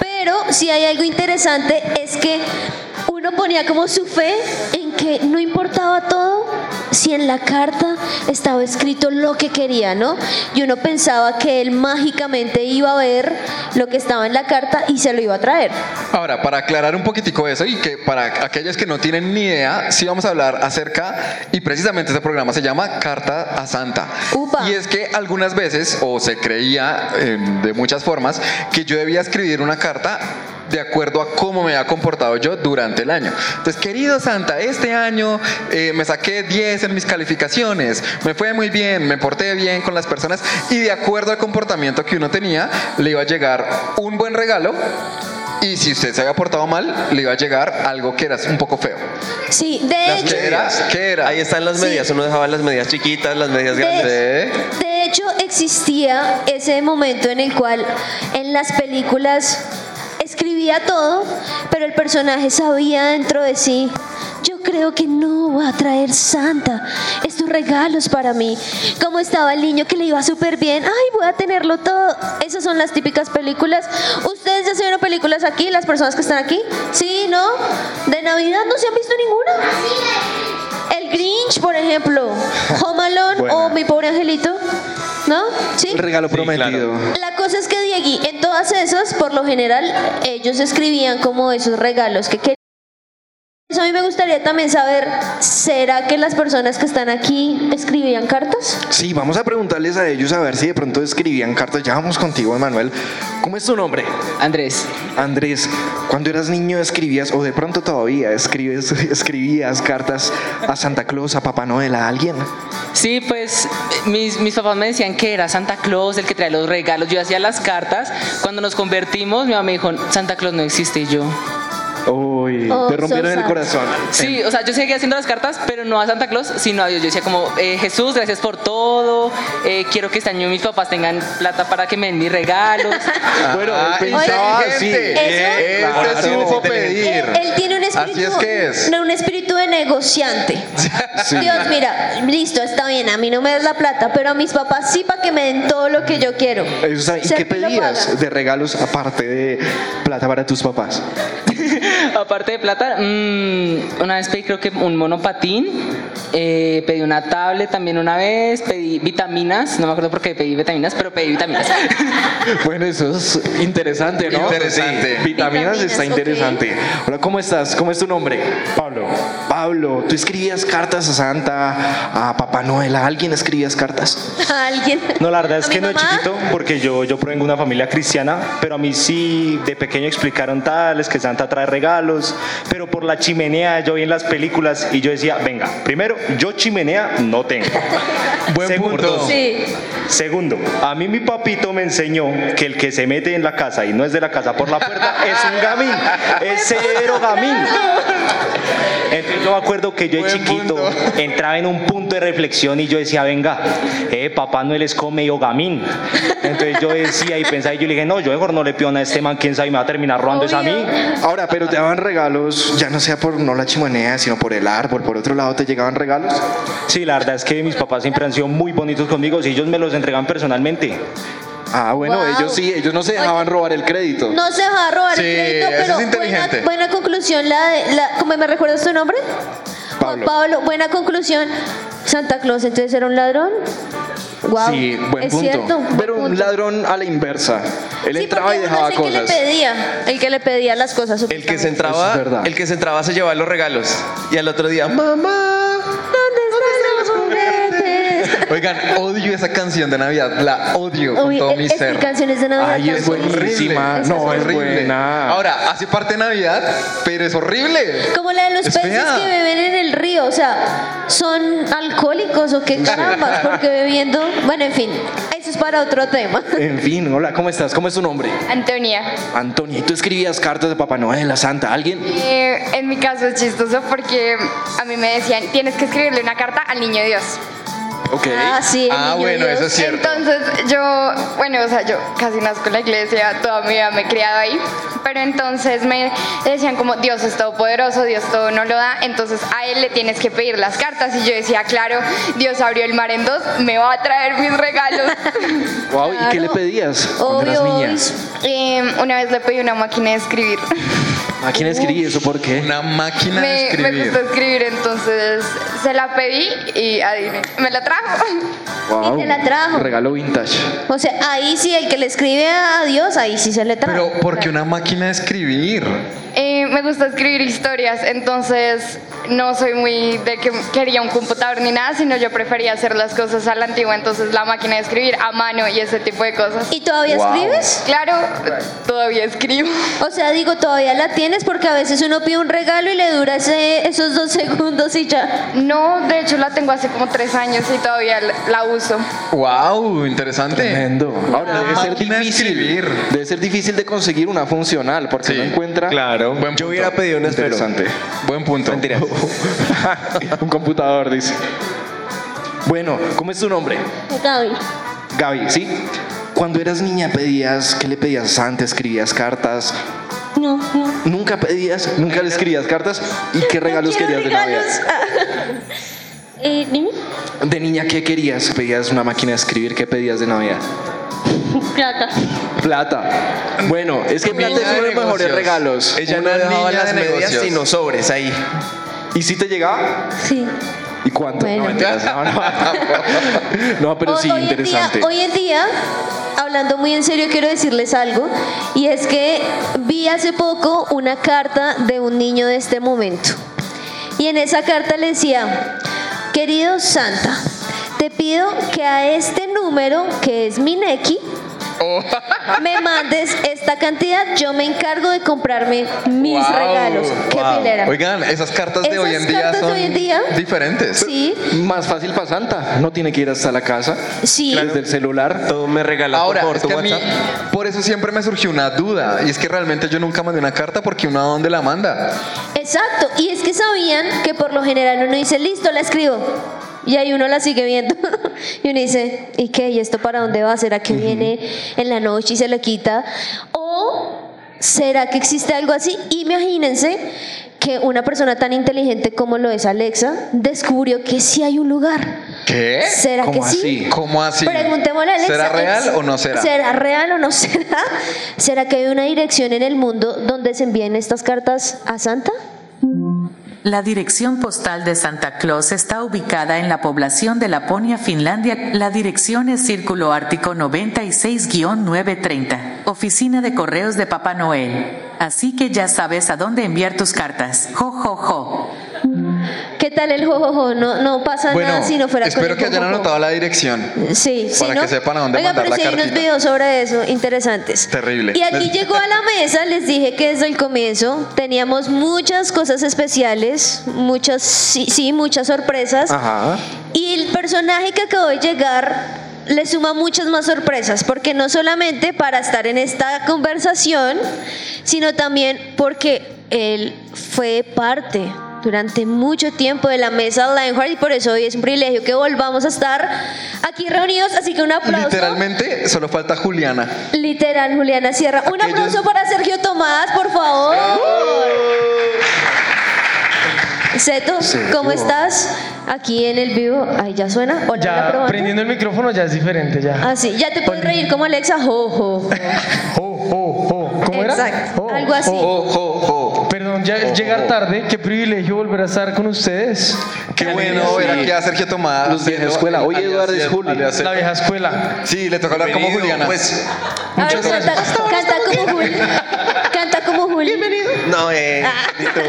[SPEAKER 2] Pero si hay algo interesante es que uno ponía como su fe en que no importaba todo si en la carta estaba escrito lo que quería, ¿no? Y uno pensaba que él mágicamente iba a ver lo que estaba en la carta y se lo iba a traer.
[SPEAKER 3] Ahora, para aclarar un poquitico eso y que para aquellos que no tienen ni idea, sí vamos a hablar acerca, y precisamente este programa se llama Carta a Santa.
[SPEAKER 2] Upa.
[SPEAKER 3] Y es que algunas veces, o se creía eh, de muchas formas, que yo debía escribir una carta de acuerdo a cómo me había comportado yo durante el año. Entonces, querido Santa, este año eh, me saqué 10 en mis calificaciones, me fue muy bien, me porté bien con las personas y de acuerdo al comportamiento que uno tenía, le iba a llegar un buen regalo y si usted se había portado mal, le iba a llegar algo que era un poco feo.
[SPEAKER 2] Sí, de
[SPEAKER 3] Las
[SPEAKER 2] hecho,
[SPEAKER 3] que- era? ¿Qué era?
[SPEAKER 5] Ahí están las
[SPEAKER 2] Sí.
[SPEAKER 5] medias. Uno dejaba las medias chiquitas, las medias grandes.
[SPEAKER 3] ¿Eh?
[SPEAKER 2] De hecho, existía ese momento en el cual en las películas escribía todo, pero el personaje sabía dentro de sí. Yo creo que no va a traer Santa estos regalos para mí. Como estaba el niño que le iba súper bien. Ay, voy a tenerlo todo. Esas son las típicas películas. ¿Ustedes ya se vieron películas aquí? ¿Las personas que están aquí? ¿Sí? ¿No? ¿De Navidad no se han visto ninguna? El Grinch, por ejemplo. Home Alone o Mi Pobre Angelito. ¿No? Sí.
[SPEAKER 4] El regalo
[SPEAKER 5] Sí, claro.
[SPEAKER 4] prometido.
[SPEAKER 2] La cosa es que Diegui, en todas esas, por lo general, ellos escribían como esos regalos que querían. eso a mí me gustaría también saber, ¿será que las personas que están aquí escribían cartas?
[SPEAKER 4] Sí, vamos a preguntarles a ellos a ver si de pronto escribían cartas. Ya vamos contigo, Emanuel. ¿Cómo es tu nombre?
[SPEAKER 9] Andrés,
[SPEAKER 4] Andrés, cuando eras niño escribías, o de pronto todavía escribes, <laughs> escribías cartas a Santa Claus, a Papá Noel, a alguien.
[SPEAKER 9] sí, pues mis, mis papás me decían que era Santa Claus el que trae los regalos. Yo hacía las cartas. Cuando nos convertimos, mi mamá me dijo, Santa Claus no existe y yo.
[SPEAKER 4] Uy,
[SPEAKER 2] Oh,
[SPEAKER 4] te rompieron
[SPEAKER 2] so
[SPEAKER 4] el
[SPEAKER 2] sad.
[SPEAKER 4] corazón.
[SPEAKER 9] Sí, o sea, yo seguía haciendo las cartas, pero no a Santa Claus, sino a Dios. Yo decía como, eh, Jesús, gracias por todo. eh, quiero que este año mis papás tengan plata para que me den mis
[SPEAKER 4] <laughs>
[SPEAKER 9] regalos.
[SPEAKER 4] Bueno, él
[SPEAKER 3] Ah,
[SPEAKER 4] pensaba así.
[SPEAKER 3] inteligente.
[SPEAKER 2] Eso-
[SPEAKER 3] Este
[SPEAKER 4] Claro,
[SPEAKER 3] supo
[SPEAKER 4] es
[SPEAKER 3] pedir.
[SPEAKER 2] Él, él tiene un espíritu,
[SPEAKER 3] Así es que es.
[SPEAKER 2] no, un espíritu de negociante.
[SPEAKER 4] Sí.
[SPEAKER 2] Dios, mira, listo, está bien, a mí no me das la plata, pero a mis papás sí para que me den todo lo que yo quiero. <laughs>
[SPEAKER 4] Eso sabe. ¿Y
[SPEAKER 2] Sé
[SPEAKER 4] qué
[SPEAKER 2] que lo
[SPEAKER 4] pedías
[SPEAKER 2] pagan.
[SPEAKER 4] de regalos aparte de plata para tus papás?
[SPEAKER 9] <laughs> Aparte de plata, mm, una vez pedí creo que un monopatín, eh, pedí una tablet también una vez, pedí vitaminas, no me acuerdo por qué pedí vitaminas, pero pedí vitaminas.
[SPEAKER 4] Bueno, eso es interesante, ¿no?
[SPEAKER 3] Interesante.
[SPEAKER 4] Sí. Vitaminas,
[SPEAKER 2] Vitaminas,
[SPEAKER 4] está
[SPEAKER 2] ok.
[SPEAKER 4] interesante. Hola, ¿cómo estás? ¿Cómo es tu nombre? Pablo. Pablo, ¿tú escribías cartas a Santa, a Papá Noel? ¿A alguien escribías cartas?
[SPEAKER 2] ¿A alguien?
[SPEAKER 10] No, la verdad es
[SPEAKER 2] ¿A mi
[SPEAKER 10] que no es
[SPEAKER 2] mamá?
[SPEAKER 10] chiquito, porque yo, yo provengo de una familia cristiana, pero a mí sí de pequeño explicaron tales, que Santa trae regalos, pero por la chimenea yo vi en las películas y yo decía, venga, primero, yo chimenea no tengo.
[SPEAKER 3] Buen punto.
[SPEAKER 2] Sí.
[SPEAKER 10] Segundo, a mí mi papito me enseñó que el que se mete en la casa y no es de la casa por la puerta es un gamín, es cero gamín. Entonces yo me acuerdo que yo de
[SPEAKER 3] Buen
[SPEAKER 10] chiquito
[SPEAKER 3] punto.
[SPEAKER 4] <laughs>
[SPEAKER 10] entraba en un punto de reflexión y yo decía, venga, eh, papá Noel es como medio gamín. Entonces yo decía y pensaba y yo le dije, no, yo mejor no le pido nada a este man, quién sabe, me va a terminar robando es a mí.
[SPEAKER 4] Ahora, pero te daban regalos, ya no sea por no la chimenea, sino por el árbol, por otro lado, ¿te llegaban regalos?
[SPEAKER 10] Sí, la verdad es que mis papás siempre han sido muy bonitos conmigo, si ellos me los entregan personalmente.
[SPEAKER 4] Ah, bueno,
[SPEAKER 2] Wow.
[SPEAKER 4] ellos sí, ellos no se dejaban robar el crédito.
[SPEAKER 2] No se va a robar
[SPEAKER 3] Sí,
[SPEAKER 2] el crédito,
[SPEAKER 3] eso es
[SPEAKER 2] pero
[SPEAKER 3] inteligente.
[SPEAKER 2] Buena, buena conclusión la de la, ¿cómo me recuerdas tu nombre? Juan
[SPEAKER 4] Pablo.
[SPEAKER 2] Pablo, buena conclusión. Santa Claus entonces era un ladrón. Wow.
[SPEAKER 4] Sí, buen
[SPEAKER 2] es
[SPEAKER 4] punto.
[SPEAKER 2] Cierto, buen
[SPEAKER 4] Pero un
[SPEAKER 2] punto.
[SPEAKER 4] ladrón a la inversa. Él
[SPEAKER 2] Sí,
[SPEAKER 4] entraba
[SPEAKER 2] porque
[SPEAKER 4] y
[SPEAKER 2] uno
[SPEAKER 4] dejaba
[SPEAKER 2] es el
[SPEAKER 4] cosas.
[SPEAKER 2] Que le pedía, el que le pedía las cosas.
[SPEAKER 5] El que
[SPEAKER 2] supuestamente.
[SPEAKER 5] se entraba,
[SPEAKER 4] Eso es verdad.
[SPEAKER 5] el que se entraba se llevaba los regalos y al otro día, mamá.
[SPEAKER 2] ¿Dónde están los juguetes?
[SPEAKER 3] Oigan, odio esa canción de Navidad. La odio con
[SPEAKER 2] Uy,
[SPEAKER 3] todo
[SPEAKER 2] es,
[SPEAKER 3] mi
[SPEAKER 2] es que
[SPEAKER 3] ser.
[SPEAKER 2] canciones de Navidad.
[SPEAKER 4] Ay,
[SPEAKER 2] tan
[SPEAKER 4] es
[SPEAKER 2] buenas.
[SPEAKER 4] buenísimo. buenísima. No, es buena.
[SPEAKER 3] Ahora, hace parte de Navidad, pero es horrible.
[SPEAKER 2] Como la de los
[SPEAKER 3] Es
[SPEAKER 2] peces
[SPEAKER 3] fea.
[SPEAKER 2] que beben en el río, o sea, son alcohólicos o qué caramba, porque bebiendo, bueno, en fin, eso es para otro tema.
[SPEAKER 4] En fin, hola, ¿cómo estás? ¿Cómo es tu nombre?
[SPEAKER 11] Antonia,
[SPEAKER 4] Antonia, ¿y tú escribías cartas de Papá Noel a Santa? ¿Alguien?
[SPEAKER 11] eh, en mi caso es chistoso porque a mí me decían, tienes que escribirle una carta al niño Dios.
[SPEAKER 4] Ok.
[SPEAKER 2] Ah, sí, el
[SPEAKER 3] Ah,
[SPEAKER 2] niño
[SPEAKER 3] bueno,
[SPEAKER 2] Dios.
[SPEAKER 3] eso es cierto.
[SPEAKER 11] Entonces yo, bueno, o sea, yo casi nazco en la iglesia, toda mi vida me he criado ahí, pero entonces me decían como Dios es todopoderoso, Dios todo no lo da, entonces a Él le tienes que pedir las cartas y yo decía, claro, Dios abrió el mar en dos, me va a traer mis
[SPEAKER 3] <laughs>
[SPEAKER 11] regalos.
[SPEAKER 4] Wow, ¿y qué
[SPEAKER 2] Claro.
[SPEAKER 4] le pedías cuando eras
[SPEAKER 2] Obvio,
[SPEAKER 4] niña?
[SPEAKER 11] Em, una vez le pedí una máquina de escribir. <laughs>
[SPEAKER 4] ¿A quién escribí eso? ¿Por qué?
[SPEAKER 3] Una máquina de
[SPEAKER 11] Me, me
[SPEAKER 3] escribir.
[SPEAKER 11] gusta escribir, entonces se la pedí y adivine, me la <laughs> trajo.
[SPEAKER 4] Wow.
[SPEAKER 2] Y te la trajo.
[SPEAKER 4] Regalo vintage.
[SPEAKER 2] O sea, ahí sí, el que le escribe a Dios, ahí sí se le trae.
[SPEAKER 3] Pero, ¿por qué una máquina de escribir?
[SPEAKER 11] Eh, me gusta escribir historias, entonces no soy muy de que quería un computador ni nada, sino yo prefería hacer las cosas a la antigua, entonces la máquina de escribir a mano y ese tipo de cosas.
[SPEAKER 2] ¿Y todavía escribes?
[SPEAKER 11] Claro, todavía escribo.
[SPEAKER 2] O sea, digo, todavía la tienes porque a veces uno pide un regalo y le dura ese- esos dos <laughs> segundos y ya.
[SPEAKER 11] No, de hecho la tengo hace como tres años y todavía la- la uso.
[SPEAKER 3] Wow, interesante.
[SPEAKER 4] Tremendo. Ahora
[SPEAKER 3] Una
[SPEAKER 4] debe ser
[SPEAKER 3] máquina de
[SPEAKER 4] difícil.
[SPEAKER 3] escribir.
[SPEAKER 4] Debe ser difícil de conseguir una funcional porque
[SPEAKER 3] Sí,
[SPEAKER 4] no encuentra.
[SPEAKER 5] Claro.
[SPEAKER 3] Buen
[SPEAKER 5] Yo
[SPEAKER 3] punto.
[SPEAKER 5] hubiera pedido un esfero.
[SPEAKER 4] Interesante.
[SPEAKER 3] Buen punto.
[SPEAKER 5] Mentira.
[SPEAKER 4] <laughs> Un computador, dice. Bueno, ¿cómo es tu nombre?
[SPEAKER 2] Gaby.
[SPEAKER 4] Gaby, ¿sí? Cuando eras niña pedías, ¿qué le pedías a Santa? ¿Escribías cartas?
[SPEAKER 2] No, no.
[SPEAKER 4] ¿Nunca pedías? ¿Nunca le escribías cartas? ¿Y qué regalos
[SPEAKER 2] quiero
[SPEAKER 4] querías de Navidad?
[SPEAKER 2] regalos. Eh, dime.
[SPEAKER 4] De niña, ¿qué querías? ¿Pedías una máquina de escribir? ¿Qué pedías de Navidad?
[SPEAKER 2] Plata.
[SPEAKER 4] Plata. Bueno, es que
[SPEAKER 3] Niña
[SPEAKER 4] plata es
[SPEAKER 3] de
[SPEAKER 4] uno de los mejores
[SPEAKER 3] negocios.
[SPEAKER 4] regalos.
[SPEAKER 5] Ella
[SPEAKER 3] Una
[SPEAKER 5] no dejaba
[SPEAKER 3] niña
[SPEAKER 5] las
[SPEAKER 3] de
[SPEAKER 5] medias
[SPEAKER 3] negocios.
[SPEAKER 5] sino sobres ahí.
[SPEAKER 4] ¿Y si te llegaba?
[SPEAKER 2] Sí.
[SPEAKER 4] ¿Y cuánto?
[SPEAKER 2] Bueno.
[SPEAKER 4] No, mentiras, no,
[SPEAKER 2] <laughs>
[SPEAKER 4] no. No, pero
[SPEAKER 2] Hoy-
[SPEAKER 4] sí,
[SPEAKER 2] hoy en día-
[SPEAKER 4] interesante.
[SPEAKER 2] hoy en día, hablando muy en serio, quiero decirles algo. Y es que vi hace poco una carta de un niño de este momento. Y en esa carta le decía, querido Santa, te pido que a este número, que es mi Neki,
[SPEAKER 4] Oh. <laughs>
[SPEAKER 2] me mandes esta cantidad, yo me encargo de comprarme mis
[SPEAKER 3] Wow,
[SPEAKER 2] regalos. Qué
[SPEAKER 3] wow.
[SPEAKER 2] pilera.
[SPEAKER 3] Oigan, esas cartas de
[SPEAKER 2] Esas
[SPEAKER 3] hoy en día
[SPEAKER 2] cartas de
[SPEAKER 3] son
[SPEAKER 2] hoy en día,
[SPEAKER 3] diferentes.
[SPEAKER 2] Sí,
[SPEAKER 4] Más fácil para Santa. No tiene que ir hasta la casa.
[SPEAKER 2] sí.
[SPEAKER 4] Desde el celular.
[SPEAKER 5] Todo me regala
[SPEAKER 3] Ahora,
[SPEAKER 5] por favor,
[SPEAKER 3] es
[SPEAKER 5] tu
[SPEAKER 3] que a mí,
[SPEAKER 5] WhatsApp.
[SPEAKER 3] por eso siempre me surgió una duda. Y es que realmente yo nunca mandé una carta porque uno a dónde la manda.
[SPEAKER 2] Exacto, y es que sabían que por lo general uno dice, listo, la escribo. Y ahí uno la sigue viendo. <laughs> y uno dice, ¿y qué? ¿Y esto para dónde va? ¿Será que viene en la noche y se le quita? ¿O será que existe algo así? Imagínense que una persona tan inteligente como lo es Alexa descubrió que sí hay un lugar.
[SPEAKER 3] ¿Qué?
[SPEAKER 2] ¿Será que
[SPEAKER 4] ¿Cómo
[SPEAKER 2] sí?
[SPEAKER 4] así?
[SPEAKER 3] ¿Cómo así?
[SPEAKER 2] Preguntémosle a Alexa.
[SPEAKER 3] Ah, ¿Será real
[SPEAKER 2] ¿es-
[SPEAKER 3] o no será?
[SPEAKER 2] ¿Será real o no <laughs> será? ¿Será que hay una dirección en el mundo donde se envíen estas cartas a Santa?
[SPEAKER 8] La dirección postal de Santa Claus está ubicada en la población de Laponia, Finlandia. La dirección es Círculo Ártico 96-930, Oficina de Correos de Papá Noel. Así que ya sabes a dónde enviar tus cartas. Jo, jo, jo.
[SPEAKER 2] ¿Qué tal el jojojo? No, no pasa
[SPEAKER 3] Bueno,
[SPEAKER 2] nada si no fuera
[SPEAKER 3] espero
[SPEAKER 2] con el
[SPEAKER 3] que hayan
[SPEAKER 2] jojojo.
[SPEAKER 3] anotado la dirección.
[SPEAKER 2] Sí, sí,
[SPEAKER 3] para
[SPEAKER 2] ¿no?
[SPEAKER 3] que sepan a dónde
[SPEAKER 2] Oiga,
[SPEAKER 3] mandar la
[SPEAKER 2] pero sí hay unos
[SPEAKER 3] cartita.
[SPEAKER 2] videos sobre eso interesantes.
[SPEAKER 3] Terrible. <laughs>
[SPEAKER 2] Y aquí llegó a la mesa, les dije que desde el comienzo teníamos muchas cosas especiales, muchas, sí, sí, muchas sorpresas.
[SPEAKER 4] Ajá.
[SPEAKER 2] Y el personaje que acabó de llegar le suma muchas más sorpresas, porque no solamente para estar en esta conversación, sino también porque él fue parte durante mucho tiempo de la mesa Lionheart y por eso hoy es un privilegio que volvamos a estar aquí reunidos, así que un aplauso.
[SPEAKER 3] Literalmente, solo falta Juliana.
[SPEAKER 2] Literal, Juliana Sierra. Un
[SPEAKER 3] Aquellos-
[SPEAKER 2] aplauso para Sergio Tomás, por favor. Seto, ¿cómo estás? Aquí en el vivo. Ahí ya suena. Hola, hola,
[SPEAKER 12] Ya
[SPEAKER 2] probando.
[SPEAKER 12] prendiendo el micrófono ya es diferente, ya.
[SPEAKER 2] Ah, sí, ya te puedes reír como Alexa, jo, jo, jo.
[SPEAKER 12] Oh, oh, oh. ¿Cómo era?
[SPEAKER 2] Exacto,
[SPEAKER 12] Oh,
[SPEAKER 2] algo así.
[SPEAKER 12] oh, oh, oh. Perdón, ya llegar tarde, qué privilegio volver a estar con ustedes.
[SPEAKER 3] Qué bueno ver aquí a Sergio Tomás.
[SPEAKER 4] Los de la escuela. Oye, Eduardo, es Juli.
[SPEAKER 12] La vieja escuela.
[SPEAKER 3] Sí, le tocó hablar como
[SPEAKER 5] Bienvenido,
[SPEAKER 3] Juliana.
[SPEAKER 5] pues.
[SPEAKER 2] A ver, canta, canta como Juli. Canta como Juli. Bienvenido.
[SPEAKER 5] No, eh, bonito.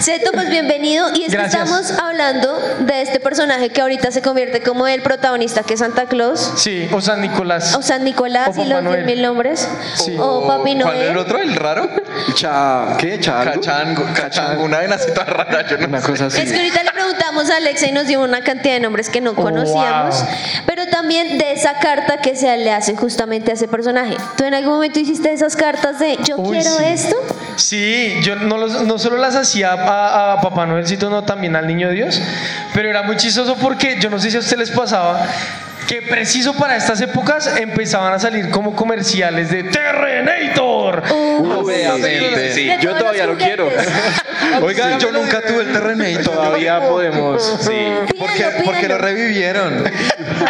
[SPEAKER 2] Seto, pues bienvenido. Y es que
[SPEAKER 12] Gracias.
[SPEAKER 2] estamos hablando de este personaje que ahorita se convierte como el protagonista, que es Santa Claus.
[SPEAKER 12] Sí, o San Nicolás.
[SPEAKER 2] O San Nicolás
[SPEAKER 12] O
[SPEAKER 2] y
[SPEAKER 12] Papá
[SPEAKER 2] los
[SPEAKER 12] Noel.
[SPEAKER 2] 10.000 nombres.
[SPEAKER 12] Sí.
[SPEAKER 2] O Papi
[SPEAKER 3] ¿Cuál era el
[SPEAKER 2] Noel.
[SPEAKER 3] otro? ¿El raro?
[SPEAKER 4] Cha, ¿Qué? Cha algo?
[SPEAKER 3] Cachango, cachango, una vaina toda rara, yo no
[SPEAKER 4] Una
[SPEAKER 3] sé.
[SPEAKER 4] cosa así.
[SPEAKER 2] Es que ahorita le preguntamos a Alexa y nos dio una cantidad de nombres que no
[SPEAKER 3] Ah.
[SPEAKER 2] conocíamos,
[SPEAKER 12] wow.
[SPEAKER 2] pero también de esa carta que se le hace justamente a ese personaje. ¿Tú en algún momento hiciste esas cartas de yo
[SPEAKER 12] Uy,
[SPEAKER 2] quiero
[SPEAKER 12] sí.
[SPEAKER 2] esto?
[SPEAKER 12] Sí, yo no, los- no solo las hacía a, a Papá Noel, sino también al Niño Dios, pero era muy chistoso porque yo no sé si a ustedes les pasaba que preciso para estas épocas empezaban a salir como comerciales de Terrenator.
[SPEAKER 2] Uh.
[SPEAKER 3] Obviamente.
[SPEAKER 5] Sí,
[SPEAKER 2] De
[SPEAKER 4] yo
[SPEAKER 2] todos
[SPEAKER 4] todavía
[SPEAKER 2] los
[SPEAKER 4] lo quiero.
[SPEAKER 2] juguetes.
[SPEAKER 3] Oiga, yo nunca tuve el Terrenator.
[SPEAKER 4] Todavía podemos.
[SPEAKER 3] ¿Por qué,
[SPEAKER 2] Pídalo,
[SPEAKER 3] por qué lo
[SPEAKER 2] pídalo.
[SPEAKER 3] revivieron?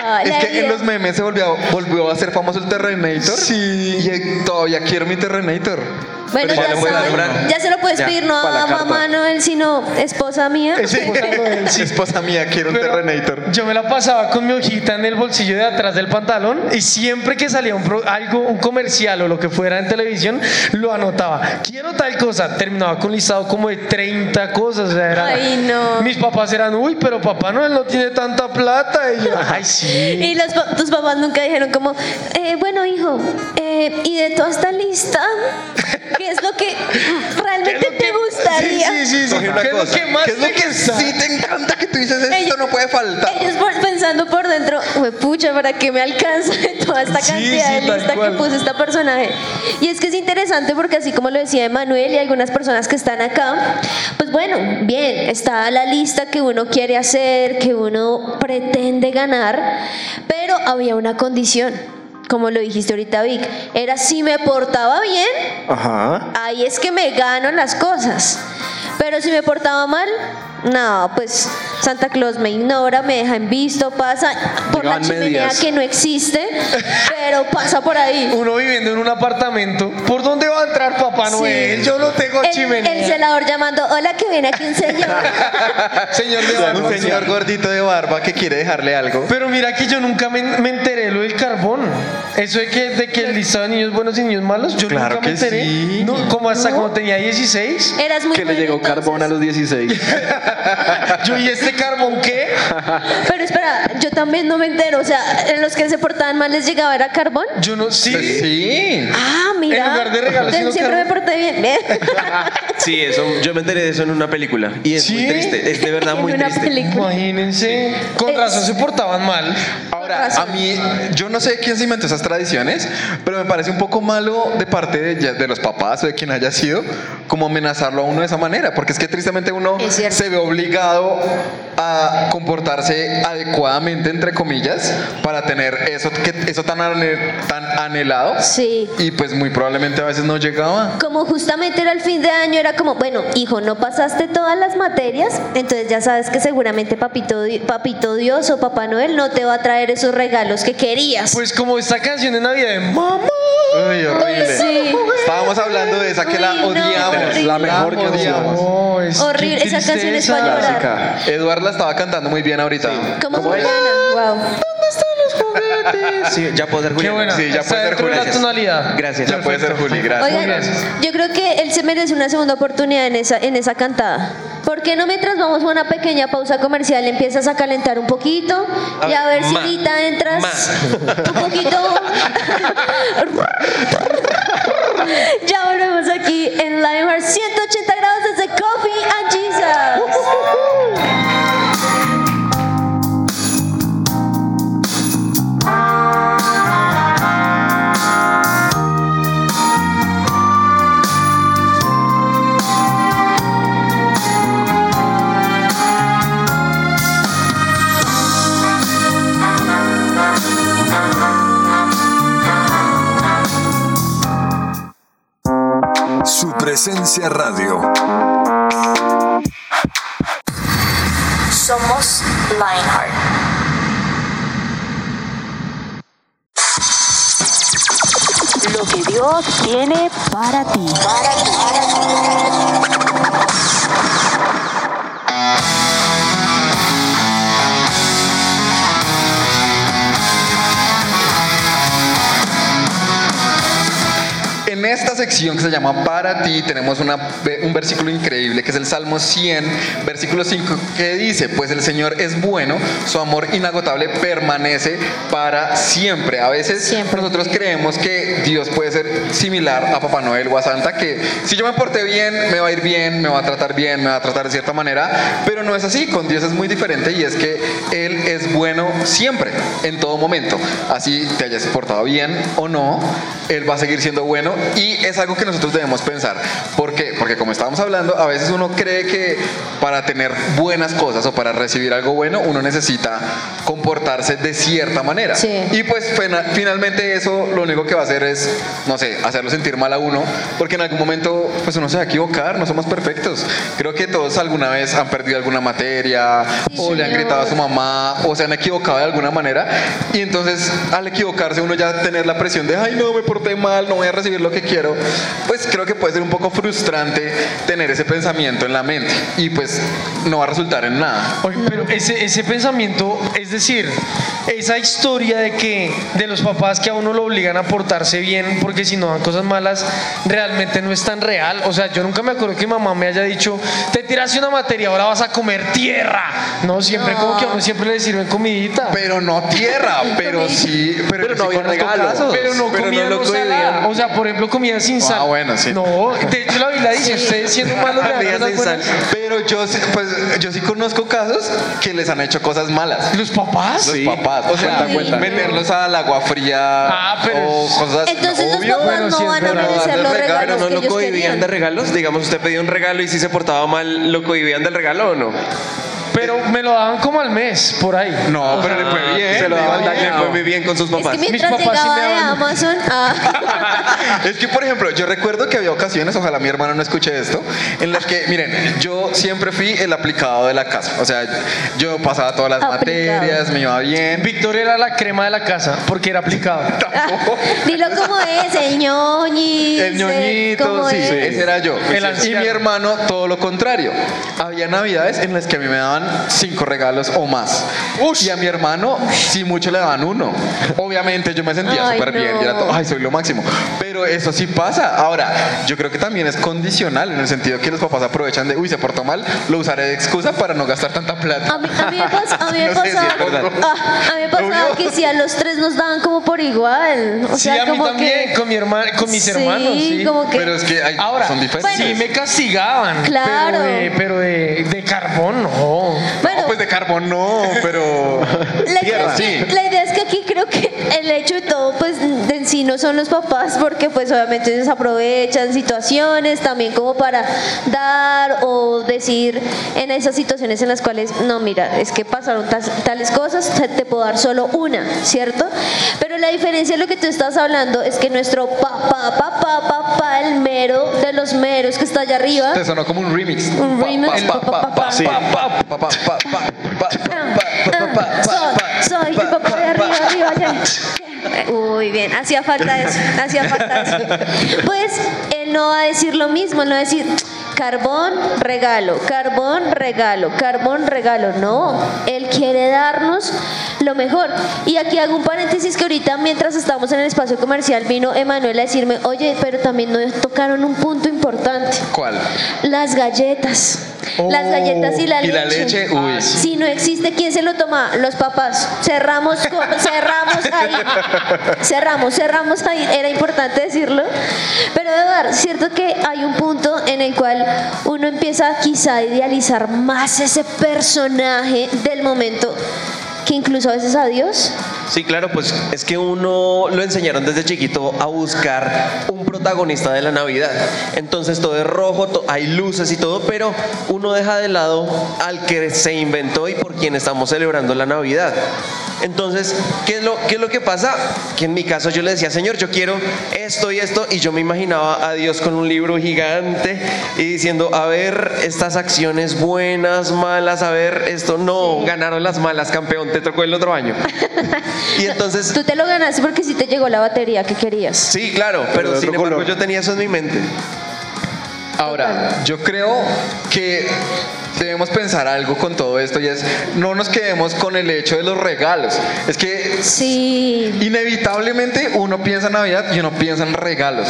[SPEAKER 2] Ah,
[SPEAKER 3] es
[SPEAKER 2] la
[SPEAKER 3] que en
[SPEAKER 2] vida.
[SPEAKER 3] los memes se volvió, volvió a ser famoso el Terrenator. Sí. Y eh, todavía quiero mi Terrenator.
[SPEAKER 2] Bueno,
[SPEAKER 3] Pero
[SPEAKER 2] ya,
[SPEAKER 3] lo voy a lograr.
[SPEAKER 2] saben, ya se lo puedes pedir no
[SPEAKER 4] para la
[SPEAKER 2] a
[SPEAKER 4] carta.
[SPEAKER 2] mamá Noel, sino esposa mía.
[SPEAKER 12] Es esposa Noel, sí.
[SPEAKER 3] Esposa mía, quiero un
[SPEAKER 12] Pero
[SPEAKER 3] Terrenator.
[SPEAKER 12] Yo me la pasaba con mi hojita en el bolsillo de atrás del pantalón y siempre que salía un pro- algo, un comercial o lo que fuera en televisión, lo anotaba. Quiero tal cosa. Terminaba con un listado como de 30 cosas. o sea, era-
[SPEAKER 2] Ay, no.
[SPEAKER 12] Mis papás eran, uy, pero papá Noel no tiene tanta plata.
[SPEAKER 3] <laughs>
[SPEAKER 12] Y yo, ay, sí.
[SPEAKER 2] <laughs> Y los pa- tus papás nunca dijeron como, "Eh, bueno hijo, eh, y de toda esta lista, ¿qué es lo que mm, realmente te gustaría?
[SPEAKER 12] Sí, sí, sí.
[SPEAKER 3] Coge una
[SPEAKER 12] ¿Qué es lo
[SPEAKER 3] cosa. <laughs>
[SPEAKER 12] que más
[SPEAKER 3] ¿Qué es lo
[SPEAKER 12] te
[SPEAKER 3] que
[SPEAKER 12] gusta?
[SPEAKER 3] sí te encanta que tú dices esto
[SPEAKER 2] Ellos-
[SPEAKER 3] no puede faltar?
[SPEAKER 2] Ellos por- pensando por dentro, "Hue pucha, ¿para qué me alcanza <laughs> de toda esta
[SPEAKER 12] Sí,
[SPEAKER 2] cantidad
[SPEAKER 12] sí,
[SPEAKER 2] de
[SPEAKER 12] tal
[SPEAKER 2] lista que
[SPEAKER 12] cual.
[SPEAKER 2] puso este personaje? Y es que es interesante porque así como lo decía Emanuel y algunas personas que están acá, pues bueno, bien, está la lista que uno quiere hacer, que uno pretende ganar, pero había una condición, como lo dijiste ahorita Vic, era si me portaba bien,
[SPEAKER 4] Ajá.
[SPEAKER 2] ahí es que me gano las cosas. Pero si me portaba mal, no, pues Santa Claus me ignora, me deja en visto, pasa por la
[SPEAKER 4] Llegaban
[SPEAKER 2] chimenea
[SPEAKER 4] medias.
[SPEAKER 2] que no existe, pero pasa por ahí.
[SPEAKER 12] Uno viviendo en un apartamento. ¿Por dónde va a entrar Papá Noel? Yo no tengo
[SPEAKER 2] El,
[SPEAKER 12] chimenea.
[SPEAKER 2] el celador llamando, hola que viene aquí un señor.
[SPEAKER 12] <laughs>
[SPEAKER 3] Señor de barba, un señor gordito de barba que quiere dejarle algo.
[SPEAKER 12] Pero mira que yo nunca me, me enteré lo del carbón. Eso de que, de que el listado de niños buenos y niños malos, yo
[SPEAKER 4] Claro
[SPEAKER 12] nunca me
[SPEAKER 4] que
[SPEAKER 12] enteré.
[SPEAKER 4] sí.
[SPEAKER 12] No, como hasta cuando tenía 16.
[SPEAKER 2] Eras muy
[SPEAKER 4] que le llegó carbón a los 16.
[SPEAKER 12] <laughs> Yo, ¿y este carbón qué?
[SPEAKER 2] Pero espera, yo también no me entero. O sea, en los que se portaban mal les llegaba era carbón.
[SPEAKER 12] Yo no, <laughs> sí.
[SPEAKER 3] sí.
[SPEAKER 2] Ah, mira.
[SPEAKER 5] En lugar de regalos,
[SPEAKER 2] Entonces,
[SPEAKER 5] sino
[SPEAKER 2] siempre me porté bien. ¿eh?
[SPEAKER 12] <laughs>
[SPEAKER 5] Sí, eso, yo me enteré de eso en una película. Y es muy triste, es de verdad muy
[SPEAKER 2] una
[SPEAKER 5] triste.
[SPEAKER 2] película. Eh,
[SPEAKER 12] Imagínense. Con razón se portaban mal.
[SPEAKER 3] Ahora, a mí, yo no sé quién se inventó esas tradiciones, pero me parece un poco malo de parte de, ya- de los papás o de quien haya sido, como amenazarlo a uno de esa manera, porque es que tristemente uno se ve obligado a comportarse adecuadamente, entre comillas, para tener eso, que, eso tan, anhe- tan anhelado.
[SPEAKER 2] Sí.
[SPEAKER 3] Y pues muy probablemente a veces no llegaba.
[SPEAKER 2] Como justamente era el fin de año, era como, bueno, hijo, no pasaste todas las materias, entonces ya sabes que seguramente papito, Di- papito Dios o Papá Noel no te va a traer esos regalos que querías.
[SPEAKER 12] Pues como esta canción de Navidad de Mamá.
[SPEAKER 3] Ay, horrible.
[SPEAKER 2] Sí.
[SPEAKER 3] Estábamos hablando de esa que la
[SPEAKER 2] Uy, no,
[SPEAKER 3] odiamos.
[SPEAKER 2] horrible. La
[SPEAKER 4] mejor que odiamos.
[SPEAKER 12] No, es-
[SPEAKER 2] Horrible,
[SPEAKER 12] qué
[SPEAKER 2] esa canción es
[SPEAKER 12] tristeza.
[SPEAKER 2] pa' llorar.
[SPEAKER 3] Eduard la estaba cantando muy bien ahorita.
[SPEAKER 2] ¿Cómo, Juliana? Wow.
[SPEAKER 5] Sí, ya puedo ser Juli.
[SPEAKER 12] Qué buena.
[SPEAKER 5] Sí, ya
[SPEAKER 12] Está
[SPEAKER 5] puede ser
[SPEAKER 12] dentro de
[SPEAKER 5] Juli.
[SPEAKER 12] la tonalidad.
[SPEAKER 5] Gracias. Ya
[SPEAKER 3] puede ser Juli, gracias.
[SPEAKER 2] Oigan, yo creo que él se merece una segunda oportunidad en esa, en esa cantada. ¿Por qué no mientras vamos a una pequeña pausa comercial empiezas a calentar un poquito
[SPEAKER 5] A
[SPEAKER 2] y a
[SPEAKER 5] ver,
[SPEAKER 2] ver si
[SPEAKER 5] ma,
[SPEAKER 2] ahorita entras un
[SPEAKER 3] <laughs>
[SPEAKER 2] poquito? ya volvemos aquí en Lionheart 180 grados desde Coffee and Jesus.
[SPEAKER 13] Su presencia radio.
[SPEAKER 7] Somos Lionheart. Lo que Dios tiene para ti.
[SPEAKER 3] En esta sección que se llama Para ti tenemos una- un versículo increíble que es el Salmo 100, versículo 5, que dice, pues el Señor es bueno, su amor inagotable permanece para siempre. A veces nosotros creemos que Dios puede ser similar a Papá Noel o a Santa, que si yo me porté bien, me va a ir bien, me va a tratar bien, me va a tratar de cierta manera, pero no es así, con Dios es muy diferente y es que Él es bueno siempre, en todo momento. Así te hayas portado bien o no, Él va a seguir siendo bueno y es algo que nosotros debemos pensar. ¿Por qué? Porque como estábamos hablando, a veces uno cree que para tener buenas cosas o para recibir algo bueno, uno necesita comportarse de cierta manera. Y pues fena- finalmente eso lo único que va a hacer es, no sé, hacerlo sentir mal a uno, porque en algún momento pues uno se va a equivocar, no somos perfectos. Creo que todos alguna vez han perdido alguna materia o le han gritado a su mamá o se han equivocado de alguna manera y entonces al equivocarse uno ya tener la presión de, ay no, me porté mal, no voy a recibir lo que quiero, pues creo que puede ser un poco frustrante tener ese pensamiento en la mente y pues no va a resultar en nada.
[SPEAKER 12] Oye, pero ese, ese pensamiento, es decir, esa historia de que de los papás que a uno lo obligan a portarse bien porque si no dan cosas malas, realmente no es tan real. O sea, yo nunca me acuerdo que mi mamá me haya dicho, te tiraste una materia, ahora vas a comer tierra. No, siempre como que a uno siempre le sirven comidita.
[SPEAKER 3] Pero no
[SPEAKER 12] <laughs>
[SPEAKER 3] tierra, pero sí, pero, yo sí conozco casos,
[SPEAKER 12] Pero no comida no, salada. O sea, por ejemplo, comida sin sal.
[SPEAKER 3] Ah, bueno, sí.
[SPEAKER 12] No, de hecho la Biblia dice, ustedes siendo malos le
[SPEAKER 3] Días
[SPEAKER 12] dan cosas
[SPEAKER 3] sin sal.
[SPEAKER 12] buenas.
[SPEAKER 3] Pero yo, sí- pues, yo sí conozco casos que les han hecho cosas malas.
[SPEAKER 12] ¿Los papás?
[SPEAKER 3] Los papás. O sea,
[SPEAKER 4] Cuenta, cuenta.
[SPEAKER 3] meterlos al agua fría
[SPEAKER 12] Ah,
[SPEAKER 3] o cosas
[SPEAKER 2] Entonces los
[SPEAKER 3] obvio.
[SPEAKER 2] papás no van a merecer los regalos
[SPEAKER 5] no
[SPEAKER 2] que
[SPEAKER 5] lo
[SPEAKER 2] ellos
[SPEAKER 5] cohibían
[SPEAKER 2] querían.
[SPEAKER 5] de regalos. Digamos, usted pedía un regalo y si se portaba mal, ¿lo cohibían del regalo o no?
[SPEAKER 12] Pero me lo daban como al mes, por ahí.
[SPEAKER 3] No, pero le
[SPEAKER 12] Ah,
[SPEAKER 3] fue bien.
[SPEAKER 5] Se lo
[SPEAKER 3] le iba
[SPEAKER 5] daban, le
[SPEAKER 3] bien.
[SPEAKER 5] fue muy bien con sus
[SPEAKER 2] Es
[SPEAKER 5] papás.
[SPEAKER 2] que mientras llegaba de Amazon ah,
[SPEAKER 3] <laughs>
[SPEAKER 2] a...
[SPEAKER 3] Es que, por ejemplo, yo recuerdo que había ocasiones, ojalá mi hermano no escuche esto, en las que, miren, yo siempre fui el aplicado de la casa. O sea, yo pasaba todas las
[SPEAKER 2] Aplicado.
[SPEAKER 3] materias, me iba bien.
[SPEAKER 12] Víctor era la crema de la casa porque era aplicado.
[SPEAKER 2] <laughs> Dilo como es, el ñoñi.
[SPEAKER 3] El ñoñito,
[SPEAKER 2] como
[SPEAKER 3] sí,
[SPEAKER 2] es.
[SPEAKER 3] ese era yo.
[SPEAKER 12] El
[SPEAKER 3] y
[SPEAKER 12] anciano.
[SPEAKER 3] mi hermano, todo lo contrario. Había navidades en las que a mí me daban cinco regalos o más. Y a mi hermano, si mucho le daban uno. uno. Obviamente yo me sentía
[SPEAKER 2] Ay,
[SPEAKER 3] súper bien,
[SPEAKER 2] no.
[SPEAKER 3] y era todo, ay, soy lo máximo. Pero eso sí pasa. Ahora, yo creo que también es condicional en el sentido que los papás aprovechan de, uy, se portó mal, lo usaré de excusa para no gastar tanta plata.
[SPEAKER 2] A mí, a mí me pas- Pues, a
[SPEAKER 12] <laughs>
[SPEAKER 2] mí me
[SPEAKER 3] No sé si es
[SPEAKER 2] pasaba,
[SPEAKER 3] verdad.
[SPEAKER 2] <laughs> ah, a mí me pasaba que si a los tres nos daban como por igual. O
[SPEAKER 12] sí,
[SPEAKER 2] sea,
[SPEAKER 12] a mí
[SPEAKER 2] como
[SPEAKER 12] también,
[SPEAKER 2] que.
[SPEAKER 12] con, mi hermana, con mis
[SPEAKER 2] Sí,
[SPEAKER 12] hermanos. Sí,
[SPEAKER 2] como que- Pero
[SPEAKER 3] es que
[SPEAKER 12] Ahora,
[SPEAKER 3] son diferentes.
[SPEAKER 12] Sí, me castigaban.
[SPEAKER 2] Claro.
[SPEAKER 12] Pero, de, pero de, de carbón, no.
[SPEAKER 2] Bueno.
[SPEAKER 3] pues de carbón no, pero.
[SPEAKER 2] La idea, es que, la idea es que aquí creo que el hecho de todo, pues de en sí no son los papás, porque pues obviamente ellos aprovechan situaciones también como para dar o decir en esas situaciones en las cuales, no, mira, es que pasaron tas- tales cosas, te- te puedo dar solo una, ¿cierto? Pero la diferencia de lo que tú estás hablando es que nuestro papá, papá, papá, el mero de los meros que está allá arriba,
[SPEAKER 3] Te sonó como un remix.
[SPEAKER 2] Un remix.
[SPEAKER 3] Pa, pa, pa, pa,
[SPEAKER 2] Sí.
[SPEAKER 3] pa, pa, pa, pa, pa, pa.
[SPEAKER 2] Ah, soy, soy el papá de arriba, arriba, ya. Uy, bien, hacía falta eso, hacía falta eso. Pues él no va a decir lo mismo, él no va a decir carbón, regalo, carbón, regalo, carbón, regalo. No, él quiere darnos lo mejor. Y aquí hago un paréntesis que ahorita mientras estábamos en el espacio comercial vino Emanuel a decirme, oye, pero también nos tocaron un punto importante.
[SPEAKER 3] ¿Cuál?
[SPEAKER 2] Las galletas. Las galletas y la
[SPEAKER 3] Oh, y
[SPEAKER 2] leche.
[SPEAKER 3] la leche, uy.
[SPEAKER 2] Si no existe, ¿quién se lo toma? Los papás. Cerramos,
[SPEAKER 3] <laughs>
[SPEAKER 2] con- cerramos ahí. Cerramos, cerramos ahí. Era importante decirlo. Pero, Eduardo, cierto que hay un punto en el cual uno empieza quizá a idealizar más ese personaje del momento que incluso a veces a Dios.
[SPEAKER 5] Sí, claro, pues es que uno lo enseñaron desde chiquito a buscar un protagonista de la Navidad. Entonces todo es rojo, to- hay luces y todo, pero uno deja de lado al que se inventó y por quien estamos celebrando la Navidad. Entonces, ¿qué es lo, qué es lo que pasa? Que en mi caso yo le decía, Señor, yo quiero esto y esto, y yo me imaginaba a Dios con un libro gigante y diciendo, a ver, estas acciones buenas, malas, a ver, esto no, ganaron las malas, campeón, te tocó el otro año. Y entonces,
[SPEAKER 2] Tú te lo ganaste porque sí te llegó la batería que querías.
[SPEAKER 5] sí, claro, pero, sin embargo yo tenía eso en mi mente.
[SPEAKER 3] Ahora, yo creo que debemos pensar algo con todo esto y es no nos quedemos con el hecho de los regalos. Es que inevitablemente uno piensa en Navidad y uno piensa en regalos.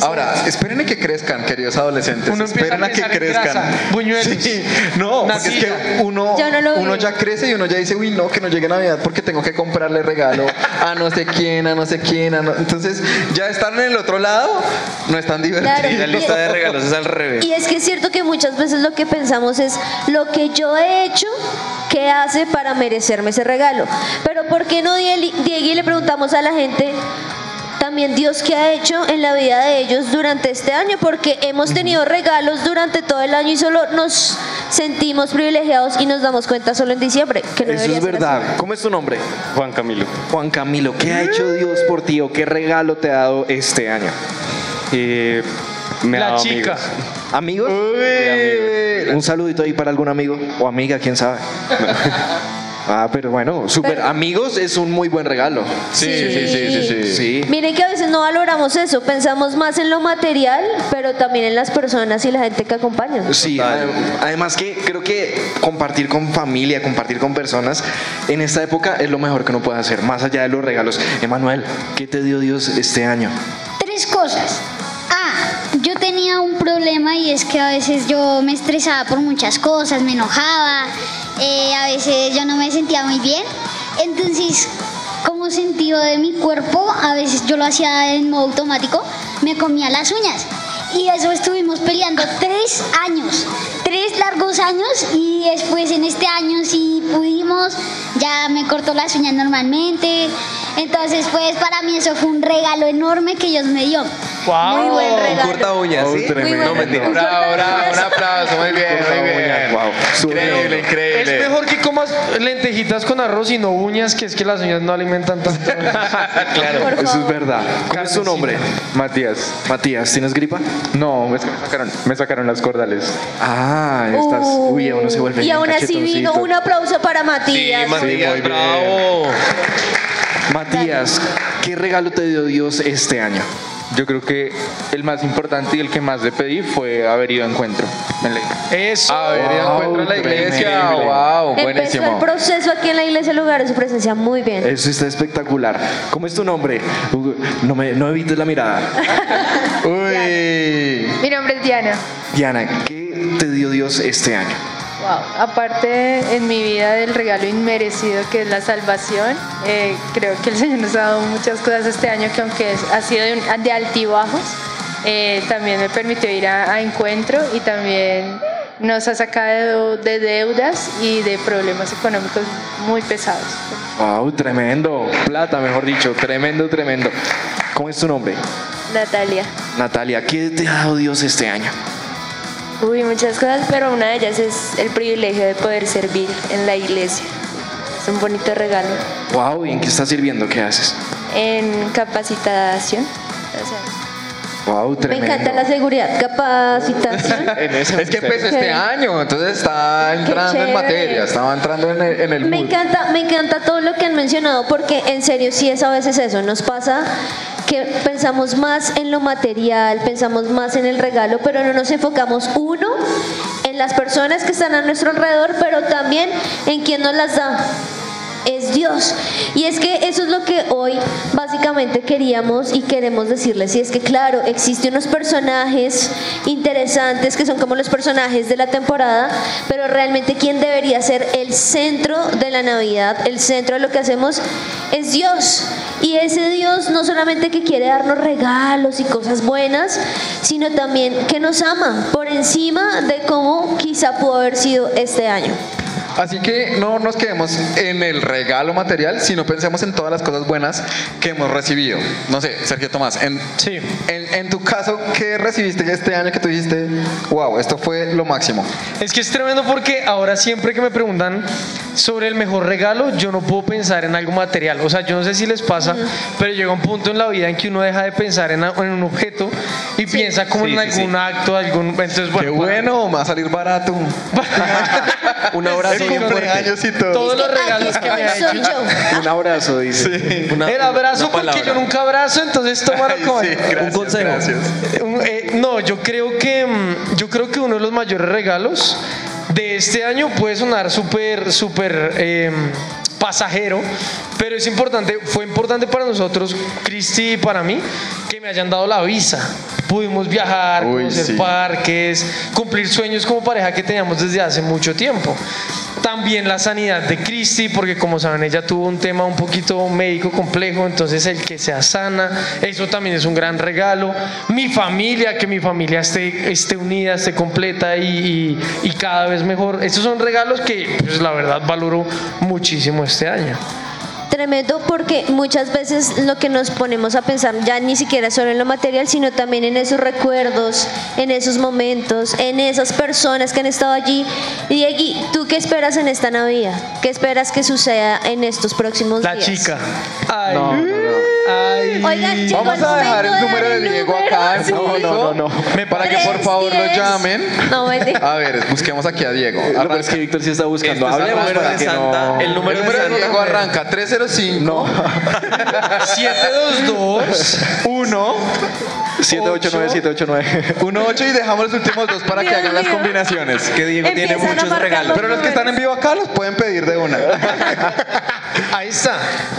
[SPEAKER 3] Ahora, esperen a que crezcan, queridos adolescentes.
[SPEAKER 12] Uno empieza
[SPEAKER 3] esperen
[SPEAKER 12] a
[SPEAKER 3] a, que
[SPEAKER 12] pensar en
[SPEAKER 3] crezcan.
[SPEAKER 12] grasa, buñuelos.
[SPEAKER 3] Sí, no, porque es que uno,
[SPEAKER 12] Ya uno lo
[SPEAKER 3] uno
[SPEAKER 12] ve.
[SPEAKER 3] ya crece y uno ya dice, uy, no, que no llegue Navidad porque tengo que comprarle regalo a no sé quién, a no sé quién. a no-". Entonces, ya estar en el otro lado no es tan divertido.
[SPEAKER 2] Claro, Y la y- lista de
[SPEAKER 5] regalos es al revés.
[SPEAKER 2] Y es que es cierto que muchas veces lo que pensamos es lo que yo he hecho, ¿qué hace para merecerme ese regalo? Pero ¿por qué no, Dieli- Diego, y le preguntamos a la gente también Dios qué ha hecho en la vida de ellos durante este año? Porque hemos tenido regalos durante todo el año y solo nos sentimos privilegiados y nos damos cuenta solo en diciembre. Que no
[SPEAKER 4] Eso
[SPEAKER 2] debería
[SPEAKER 4] es
[SPEAKER 2] ser así.
[SPEAKER 4] verdad. ¿Cómo es tu nombre?
[SPEAKER 14] Juan Camilo.
[SPEAKER 4] Juan Camilo, ¿qué ha hecho Dios por ti o qué regalo te ha dado este año?
[SPEAKER 14] me ha La dado chica.
[SPEAKER 4] amigos. ¿Amigos? Un saludito ahí para algún amigo o amiga, quién sabe. ah, pero bueno, super amigos es un muy buen regalo.
[SPEAKER 3] Sí, sí, sí, sí, sí.
[SPEAKER 2] Miren que a veces no valoramos eso, pensamos más en lo material, pero también en las personas y la gente que acompaña.
[SPEAKER 4] Sí, adem- además que creo que compartir con familia, compartir con personas en esta época es lo mejor que uno puede hacer, más allá de los regalos. Emanuel, ¿qué te dio Dios este año?
[SPEAKER 6] Tres cosas. Ah, yo tenía un problema y es que a veces yo me estresaba por muchas cosas, me enojaba, eh, a veces yo no me sentía muy bien. Entonces, como sentido de mi cuerpo, a veces yo lo hacía en modo automático, me comía las uñas. Y eso estuvimos peleando tres años, tres largos años y después en este año sí pudimos, ya me cortó las uñas normalmente. Entonces pues para mí eso fue un regalo enorme que Dios me dio. Muy buen regalo.
[SPEAKER 5] Un corta
[SPEAKER 3] Oh,
[SPEAKER 5] uñas, ¿sí? No, mentira.
[SPEAKER 3] Bravo, bravo, un aplauso, muy bien, muy bien.
[SPEAKER 4] <laughs>
[SPEAKER 3] Increíble,
[SPEAKER 12] Es
[SPEAKER 3] increíble.
[SPEAKER 12] mejor que comas lentejitas con arroz y no uñas, que es que las uñas no
[SPEAKER 3] <laughs>
[SPEAKER 12] alimentan tanto.
[SPEAKER 4] Claro, eso es verdad. ¿Cómo es tu nombre?
[SPEAKER 14] Matías.
[SPEAKER 4] Matías, ¿tienes gripa?
[SPEAKER 14] No, es que me sacaron, me sacaron las cordales.
[SPEAKER 4] Ah, estás. Uy, uno se vuelve.
[SPEAKER 2] Y
[SPEAKER 4] bien
[SPEAKER 2] aún así vino
[SPEAKER 4] cachetoncito.
[SPEAKER 2] un aplauso para Matías.
[SPEAKER 4] muy bien. Matías, ¿qué regalo te dio Dios este año?
[SPEAKER 14] Yo creo que el más importante y el que más le pedí fue haber ido a encuentro.
[SPEAKER 12] Eso. A ver,
[SPEAKER 3] Wow,
[SPEAKER 12] encuentra la iglesia.
[SPEAKER 3] tremendo.
[SPEAKER 12] Wow,
[SPEAKER 2] Empezó el proceso aquí en la iglesia, el lugar de su presencia, muy bien.
[SPEAKER 4] Eso está espectacular. ¿Cómo es tu nombre? Hugo, No, me, no evites
[SPEAKER 14] <laughs>
[SPEAKER 4] la mirada. Uy.
[SPEAKER 7] Mi nombre es Diana.
[SPEAKER 4] Diana, ¿qué te dio Dios este año?
[SPEAKER 7] Wow. Aparte en mi vida del regalo inmerecido que es la salvación, eh, creo que el Señor nos ha dado muchas cosas este año que aunque es- ha sido de, un- de altibajos, eh, también me permitió ir a, a encuentro y también nos ha sacado de deudas y de problemas económicos muy pesados.
[SPEAKER 4] Wow, tremendo. Plata, mejor dicho. Tremendo, tremendo. ¿Cómo es tu nombre?
[SPEAKER 15] Natalia.
[SPEAKER 4] Natalia, ¿qué te ha dado Dios este año?
[SPEAKER 15] Uy, muchas cosas, pero una de ellas es el privilegio de poder servir en la iglesia. Es un bonito regalo.
[SPEAKER 4] Wow, ¿y en qué estás sirviendo? ¿Qué haces?
[SPEAKER 15] En capacitación. o sea,
[SPEAKER 4] Wow,
[SPEAKER 2] Me
[SPEAKER 4] tremendo.
[SPEAKER 2] encanta la seguridad, capacitación.
[SPEAKER 3] Es que empezó este
[SPEAKER 2] Chévere.
[SPEAKER 3] año, entonces está entrando en
[SPEAKER 2] chévere.
[SPEAKER 3] materia, estaba entrando en el, en el
[SPEAKER 2] Me
[SPEAKER 3] mood.
[SPEAKER 2] encanta, me encanta todo lo que han mencionado porque en serio sí es a veces eso, nos pasa que pensamos más en lo material, pensamos más en el regalo, pero no nos enfocamos uno en las personas que están a nuestro alrededor, pero también en quien nos las da. Es Dios. Y es que eso es lo que hoy básicamente queríamos y queremos decirles. Y es que claro, existen unos personajes interesantes que son como los personajes de la temporada, pero realmente quien debería ser el centro de la Navidad, el centro de lo que hacemos, es Dios. Y ese Dios no solamente que quiere darnos regalos y cosas buenas, sino también que nos ama por encima de cómo quizá pudo haber sido este año.
[SPEAKER 3] Así que no nos quedemos en el regalo material, sino pensemos en todas las cosas buenas que hemos recibido. No sé, Sergio Tomás, en, en, en tu caso, ¿qué recibiste este año que tú dijiste? Wow, esto fue lo máximo.
[SPEAKER 12] Es que es tremendo porque ahora siempre que me preguntan sobre el mejor regalo, yo no puedo pensar en algo material. O sea, yo no sé si les pasa, pero llega un punto en la vida en que uno deja de pensar en, a- en un objeto y piensa como
[SPEAKER 3] Sí,
[SPEAKER 12] en
[SPEAKER 3] sí, sí.
[SPEAKER 12] algún acto, algún... Entonces, bueno, Qué bueno,
[SPEAKER 3] me va a salir barato.
[SPEAKER 5] Un
[SPEAKER 12] abrazo
[SPEAKER 3] El cumpleaños y todo.
[SPEAKER 12] Todos los regalos que me han hecho.
[SPEAKER 4] Un abrazo, dice. <laughs> Una-
[SPEAKER 12] el abrazo
[SPEAKER 4] una
[SPEAKER 12] porque
[SPEAKER 4] palabra.
[SPEAKER 12] yo nunca abrazo,
[SPEAKER 4] <laughs>
[SPEAKER 12] entonces tómalo como un consejo. Un- eh, no, yo creo que mm, yo creo que uno de los mayores regalos de este año puede sonar súper súper eh, pasajero, pero es importante, fue importante para nosotros, Cristi y para mí, que me hayan dado la visa. Pudimos viajar, conocer
[SPEAKER 3] sí.
[SPEAKER 12] parques, cumplir sueños como pareja que teníamos desde hace mucho tiempo. También la sanidad de Cristi, porque como saben, ella tuvo un tema un poquito médico complejo, entonces el que sea sana, eso también es un gran regalo. Mi familia, que mi familia esté, esté unida, esté completa y, y- y cada vez mejor. Estos son regalos que, pues la verdad, valoro muchísimo este año.
[SPEAKER 2] Tremendo porque muchas veces lo que nos ponemos a pensar ya ni siquiera solo en lo material, sino también en esos recuerdos, en esos momentos, en esas personas que han estado allí. Y Diegui, ¿tú qué esperas en esta Navidad? ¿Qué esperas que suceda en estos próximos
[SPEAKER 12] La
[SPEAKER 2] días?
[SPEAKER 12] chica. Ay.
[SPEAKER 2] Oigan, llegó
[SPEAKER 3] Vamos
[SPEAKER 2] el
[SPEAKER 3] a dejar el
[SPEAKER 2] momento de
[SPEAKER 3] número de
[SPEAKER 2] dar
[SPEAKER 3] Diego acá en
[SPEAKER 2] números.
[SPEAKER 3] público. Para que por favor lo
[SPEAKER 2] diez.
[SPEAKER 3] llamen.
[SPEAKER 2] No, mentira.
[SPEAKER 3] <laughs> A ver, busquemos aquí a Diego.
[SPEAKER 4] Lo que Eh, es que Víctor sí está buscando.
[SPEAKER 3] Este es
[SPEAKER 4] Hablemos
[SPEAKER 3] el número
[SPEAKER 4] para
[SPEAKER 3] de
[SPEAKER 4] que
[SPEAKER 3] Santa, Eh,
[SPEAKER 4] no-
[SPEAKER 3] el número El número de de Santa. Diego arranca 305.
[SPEAKER 4] No.
[SPEAKER 12] 722
[SPEAKER 3] 1
[SPEAKER 4] 789 789. <laughs>
[SPEAKER 3] 1-8 y dejamos los últimos dos para que
[SPEAKER 4] Dios
[SPEAKER 3] hagan las
[SPEAKER 4] mío.
[SPEAKER 3] combinaciones. Que
[SPEAKER 4] Diego tiene Empiezan a muchos marcar regalos. los
[SPEAKER 3] Pero los que están en vivo acá los pueden pedir de una.
[SPEAKER 12] Ahí está.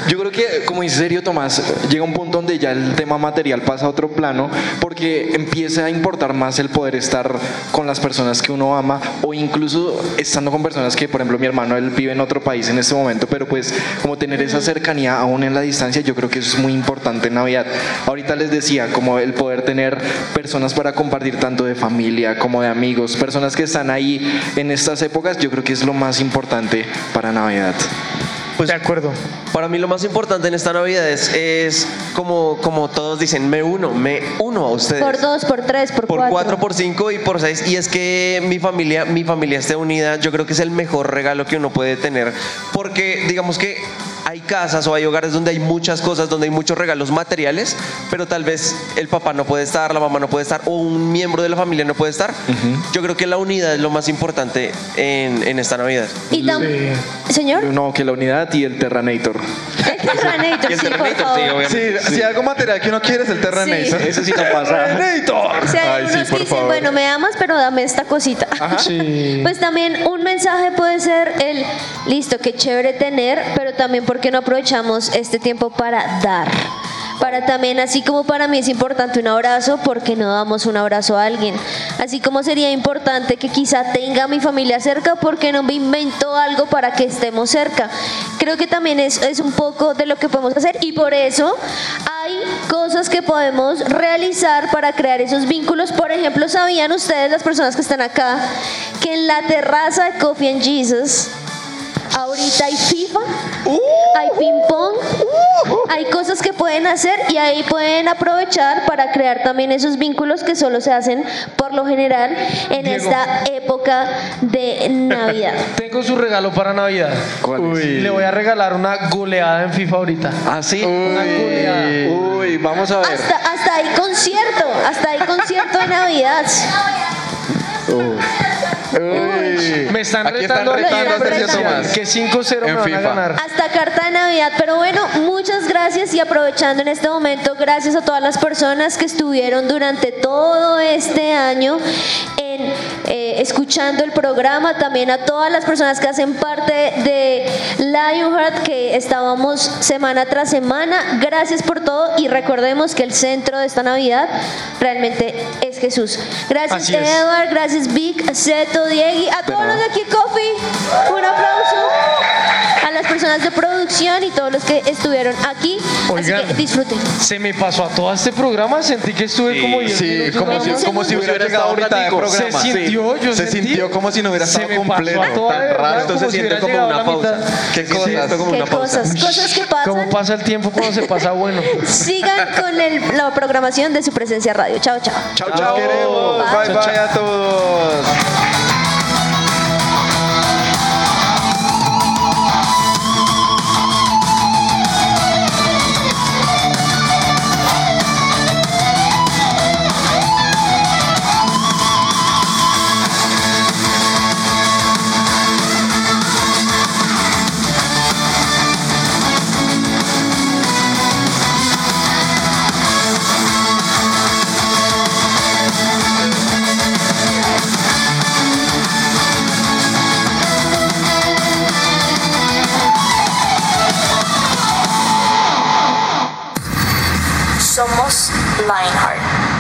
[SPEAKER 4] Yo creo que, como dice serio Tomás, llega un punto donde ya el tema material pasa a otro plano porque empieza a importar más el poder estar con las personas que uno ama o incluso estando con personas que, por ejemplo, mi hermano, él vive en otro país en este momento, pero pues como tener esa cercanía aún en la distancia, yo creo que eso es muy importante en Navidad. Ahorita les decía, como el poder tener personas para compartir tanto de familia como de amigos, personas que están ahí en estas épocas, yo creo que es lo más importante para Navidad.
[SPEAKER 12] de acuerdo.
[SPEAKER 5] Pues, Para mí lo más importante en esta Navidad es, es como, como todos dicen, me uno, me uno a ustedes.
[SPEAKER 2] Por dos, por tres, por,
[SPEAKER 5] Por
[SPEAKER 2] cuatro.
[SPEAKER 5] 4, por 5 y por 6. Y es que mi familia, mi familia esté unida, yo creo que es el mejor regalo que uno puede tener. Porque digamos que hay casas o hay hogares donde hay muchas cosas, donde hay muchos regalos materiales, pero tal vez el papá no puede estar, la mamá no puede estar o un miembro de la familia no puede estar. Yo creo que la unidad es lo más importante en, en esta Navidad.
[SPEAKER 2] Y tam- Señor.
[SPEAKER 4] No, que la unidad y el Terranator.
[SPEAKER 2] Terranator,
[SPEAKER 3] Y el
[SPEAKER 2] sí, por
[SPEAKER 3] Terranator, sí,
[SPEAKER 2] favor.
[SPEAKER 3] obviamente. Sí, Si algo material que uno quiere es el Terranator.
[SPEAKER 10] eso sí no
[SPEAKER 3] <laughs>
[SPEAKER 10] pasa.
[SPEAKER 3] Terranator.
[SPEAKER 2] O sea, hay
[SPEAKER 3] Ay, sí,
[SPEAKER 2] unos que
[SPEAKER 3] por
[SPEAKER 2] dicen,
[SPEAKER 3] favor.
[SPEAKER 2] bueno, me amas, pero dame esta cosita.
[SPEAKER 12] Sí.
[SPEAKER 2] Pues también un mensaje puede ser el, listo, qué chévere tener, pero también porque no aprovechamos este tiempo para dar. Para también, así como para mí es importante un abrazo, porque no damos un abrazo a alguien. Así como sería importante que quizá tenga a mi familia cerca, porque no me invento algo para que estemos cerca. Creo que también es, es un poco de lo que podemos hacer y por eso hay cosas que podemos realizar para crear esos vínculos. Por ejemplo, ¿sabían ustedes, las personas que están acá, que en la terraza de Coffee and Jesus ahorita hay FIFA, hay ping pong, hay cosas que pueden hacer y ahí pueden aprovechar para crear también esos vínculos que solo se hacen por lo general en esta época de Navidad.
[SPEAKER 12] Tengo su regalo para Navidad. Uy. Le voy a regalar una goleada en FIFA ahorita.
[SPEAKER 4] ¿Ah, sí?
[SPEAKER 12] Una goleada.
[SPEAKER 4] Uy, vamos a ver.
[SPEAKER 2] Hasta, hasta hay concierto, hasta hay concierto de Navidad.
[SPEAKER 12] Me están
[SPEAKER 3] Aquí están
[SPEAKER 12] retando,
[SPEAKER 3] retando a
[SPEAKER 12] aquí en
[SPEAKER 3] Sergio
[SPEAKER 12] presencial,
[SPEAKER 3] Tomás.
[SPEAKER 12] Que 5-0 me
[SPEAKER 3] En
[SPEAKER 12] van a
[SPEAKER 3] FIFA.
[SPEAKER 12] ganar.
[SPEAKER 2] Hasta carta de Navidad, pero bueno, muchas gracias y aprovechando en este momento, gracias a todas las personas que estuvieron durante todo este año en, eh, escuchando el programa, también a todas las personas que hacen parte de Lionheart, que estábamos semana tras semana, gracias por todo y recordemos que el centro de esta Navidad realmente es Jesús. Gracias
[SPEAKER 12] Así es.
[SPEAKER 2] Edward, gracias Vic, Zeto, Diego, a todos los de aquí Coffee, un aplauso a las personas de producción y todos los que estuvieron aquí.
[SPEAKER 12] Oigan.
[SPEAKER 2] Así que disfruten.
[SPEAKER 12] Se me pasó a todo este programa, sentí que estuve como 10
[SPEAKER 3] Sí,
[SPEAKER 12] minutos
[SPEAKER 3] como
[SPEAKER 12] nada
[SPEAKER 3] si,
[SPEAKER 12] más.
[SPEAKER 3] como si hubiera
[SPEAKER 4] Hubiera
[SPEAKER 3] llegado
[SPEAKER 4] estado
[SPEAKER 3] ahorita de
[SPEAKER 4] ratico.
[SPEAKER 3] programa.
[SPEAKER 12] Se sintió,
[SPEAKER 3] Sí.
[SPEAKER 12] yo
[SPEAKER 3] Se
[SPEAKER 12] sentí.
[SPEAKER 3] sintió como si no hubiera
[SPEAKER 12] Se
[SPEAKER 3] estado
[SPEAKER 12] me pasó
[SPEAKER 3] completo.
[SPEAKER 12] a toda, de
[SPEAKER 3] Tan
[SPEAKER 12] verdad,
[SPEAKER 3] raro.
[SPEAKER 12] como
[SPEAKER 3] Entonces
[SPEAKER 12] si
[SPEAKER 3] se siente
[SPEAKER 12] hubiera
[SPEAKER 3] como
[SPEAKER 12] llegado
[SPEAKER 3] una
[SPEAKER 12] la
[SPEAKER 3] pausa.
[SPEAKER 12] mitad.
[SPEAKER 3] ¿Qué cosas? Como
[SPEAKER 2] ¿Qué
[SPEAKER 3] una pausa.
[SPEAKER 2] cosas? Cosas que
[SPEAKER 12] ¿Cómo
[SPEAKER 2] pasan.
[SPEAKER 12] pasa el tiempo cuando se pasa bueno?
[SPEAKER 2] Sigan con el- la programación de su presencia radio. Chao, chao.
[SPEAKER 4] Chao, chao.
[SPEAKER 3] Queremos.
[SPEAKER 2] Bye.
[SPEAKER 3] Bye bye a todos.
[SPEAKER 16] Somos Lionheart.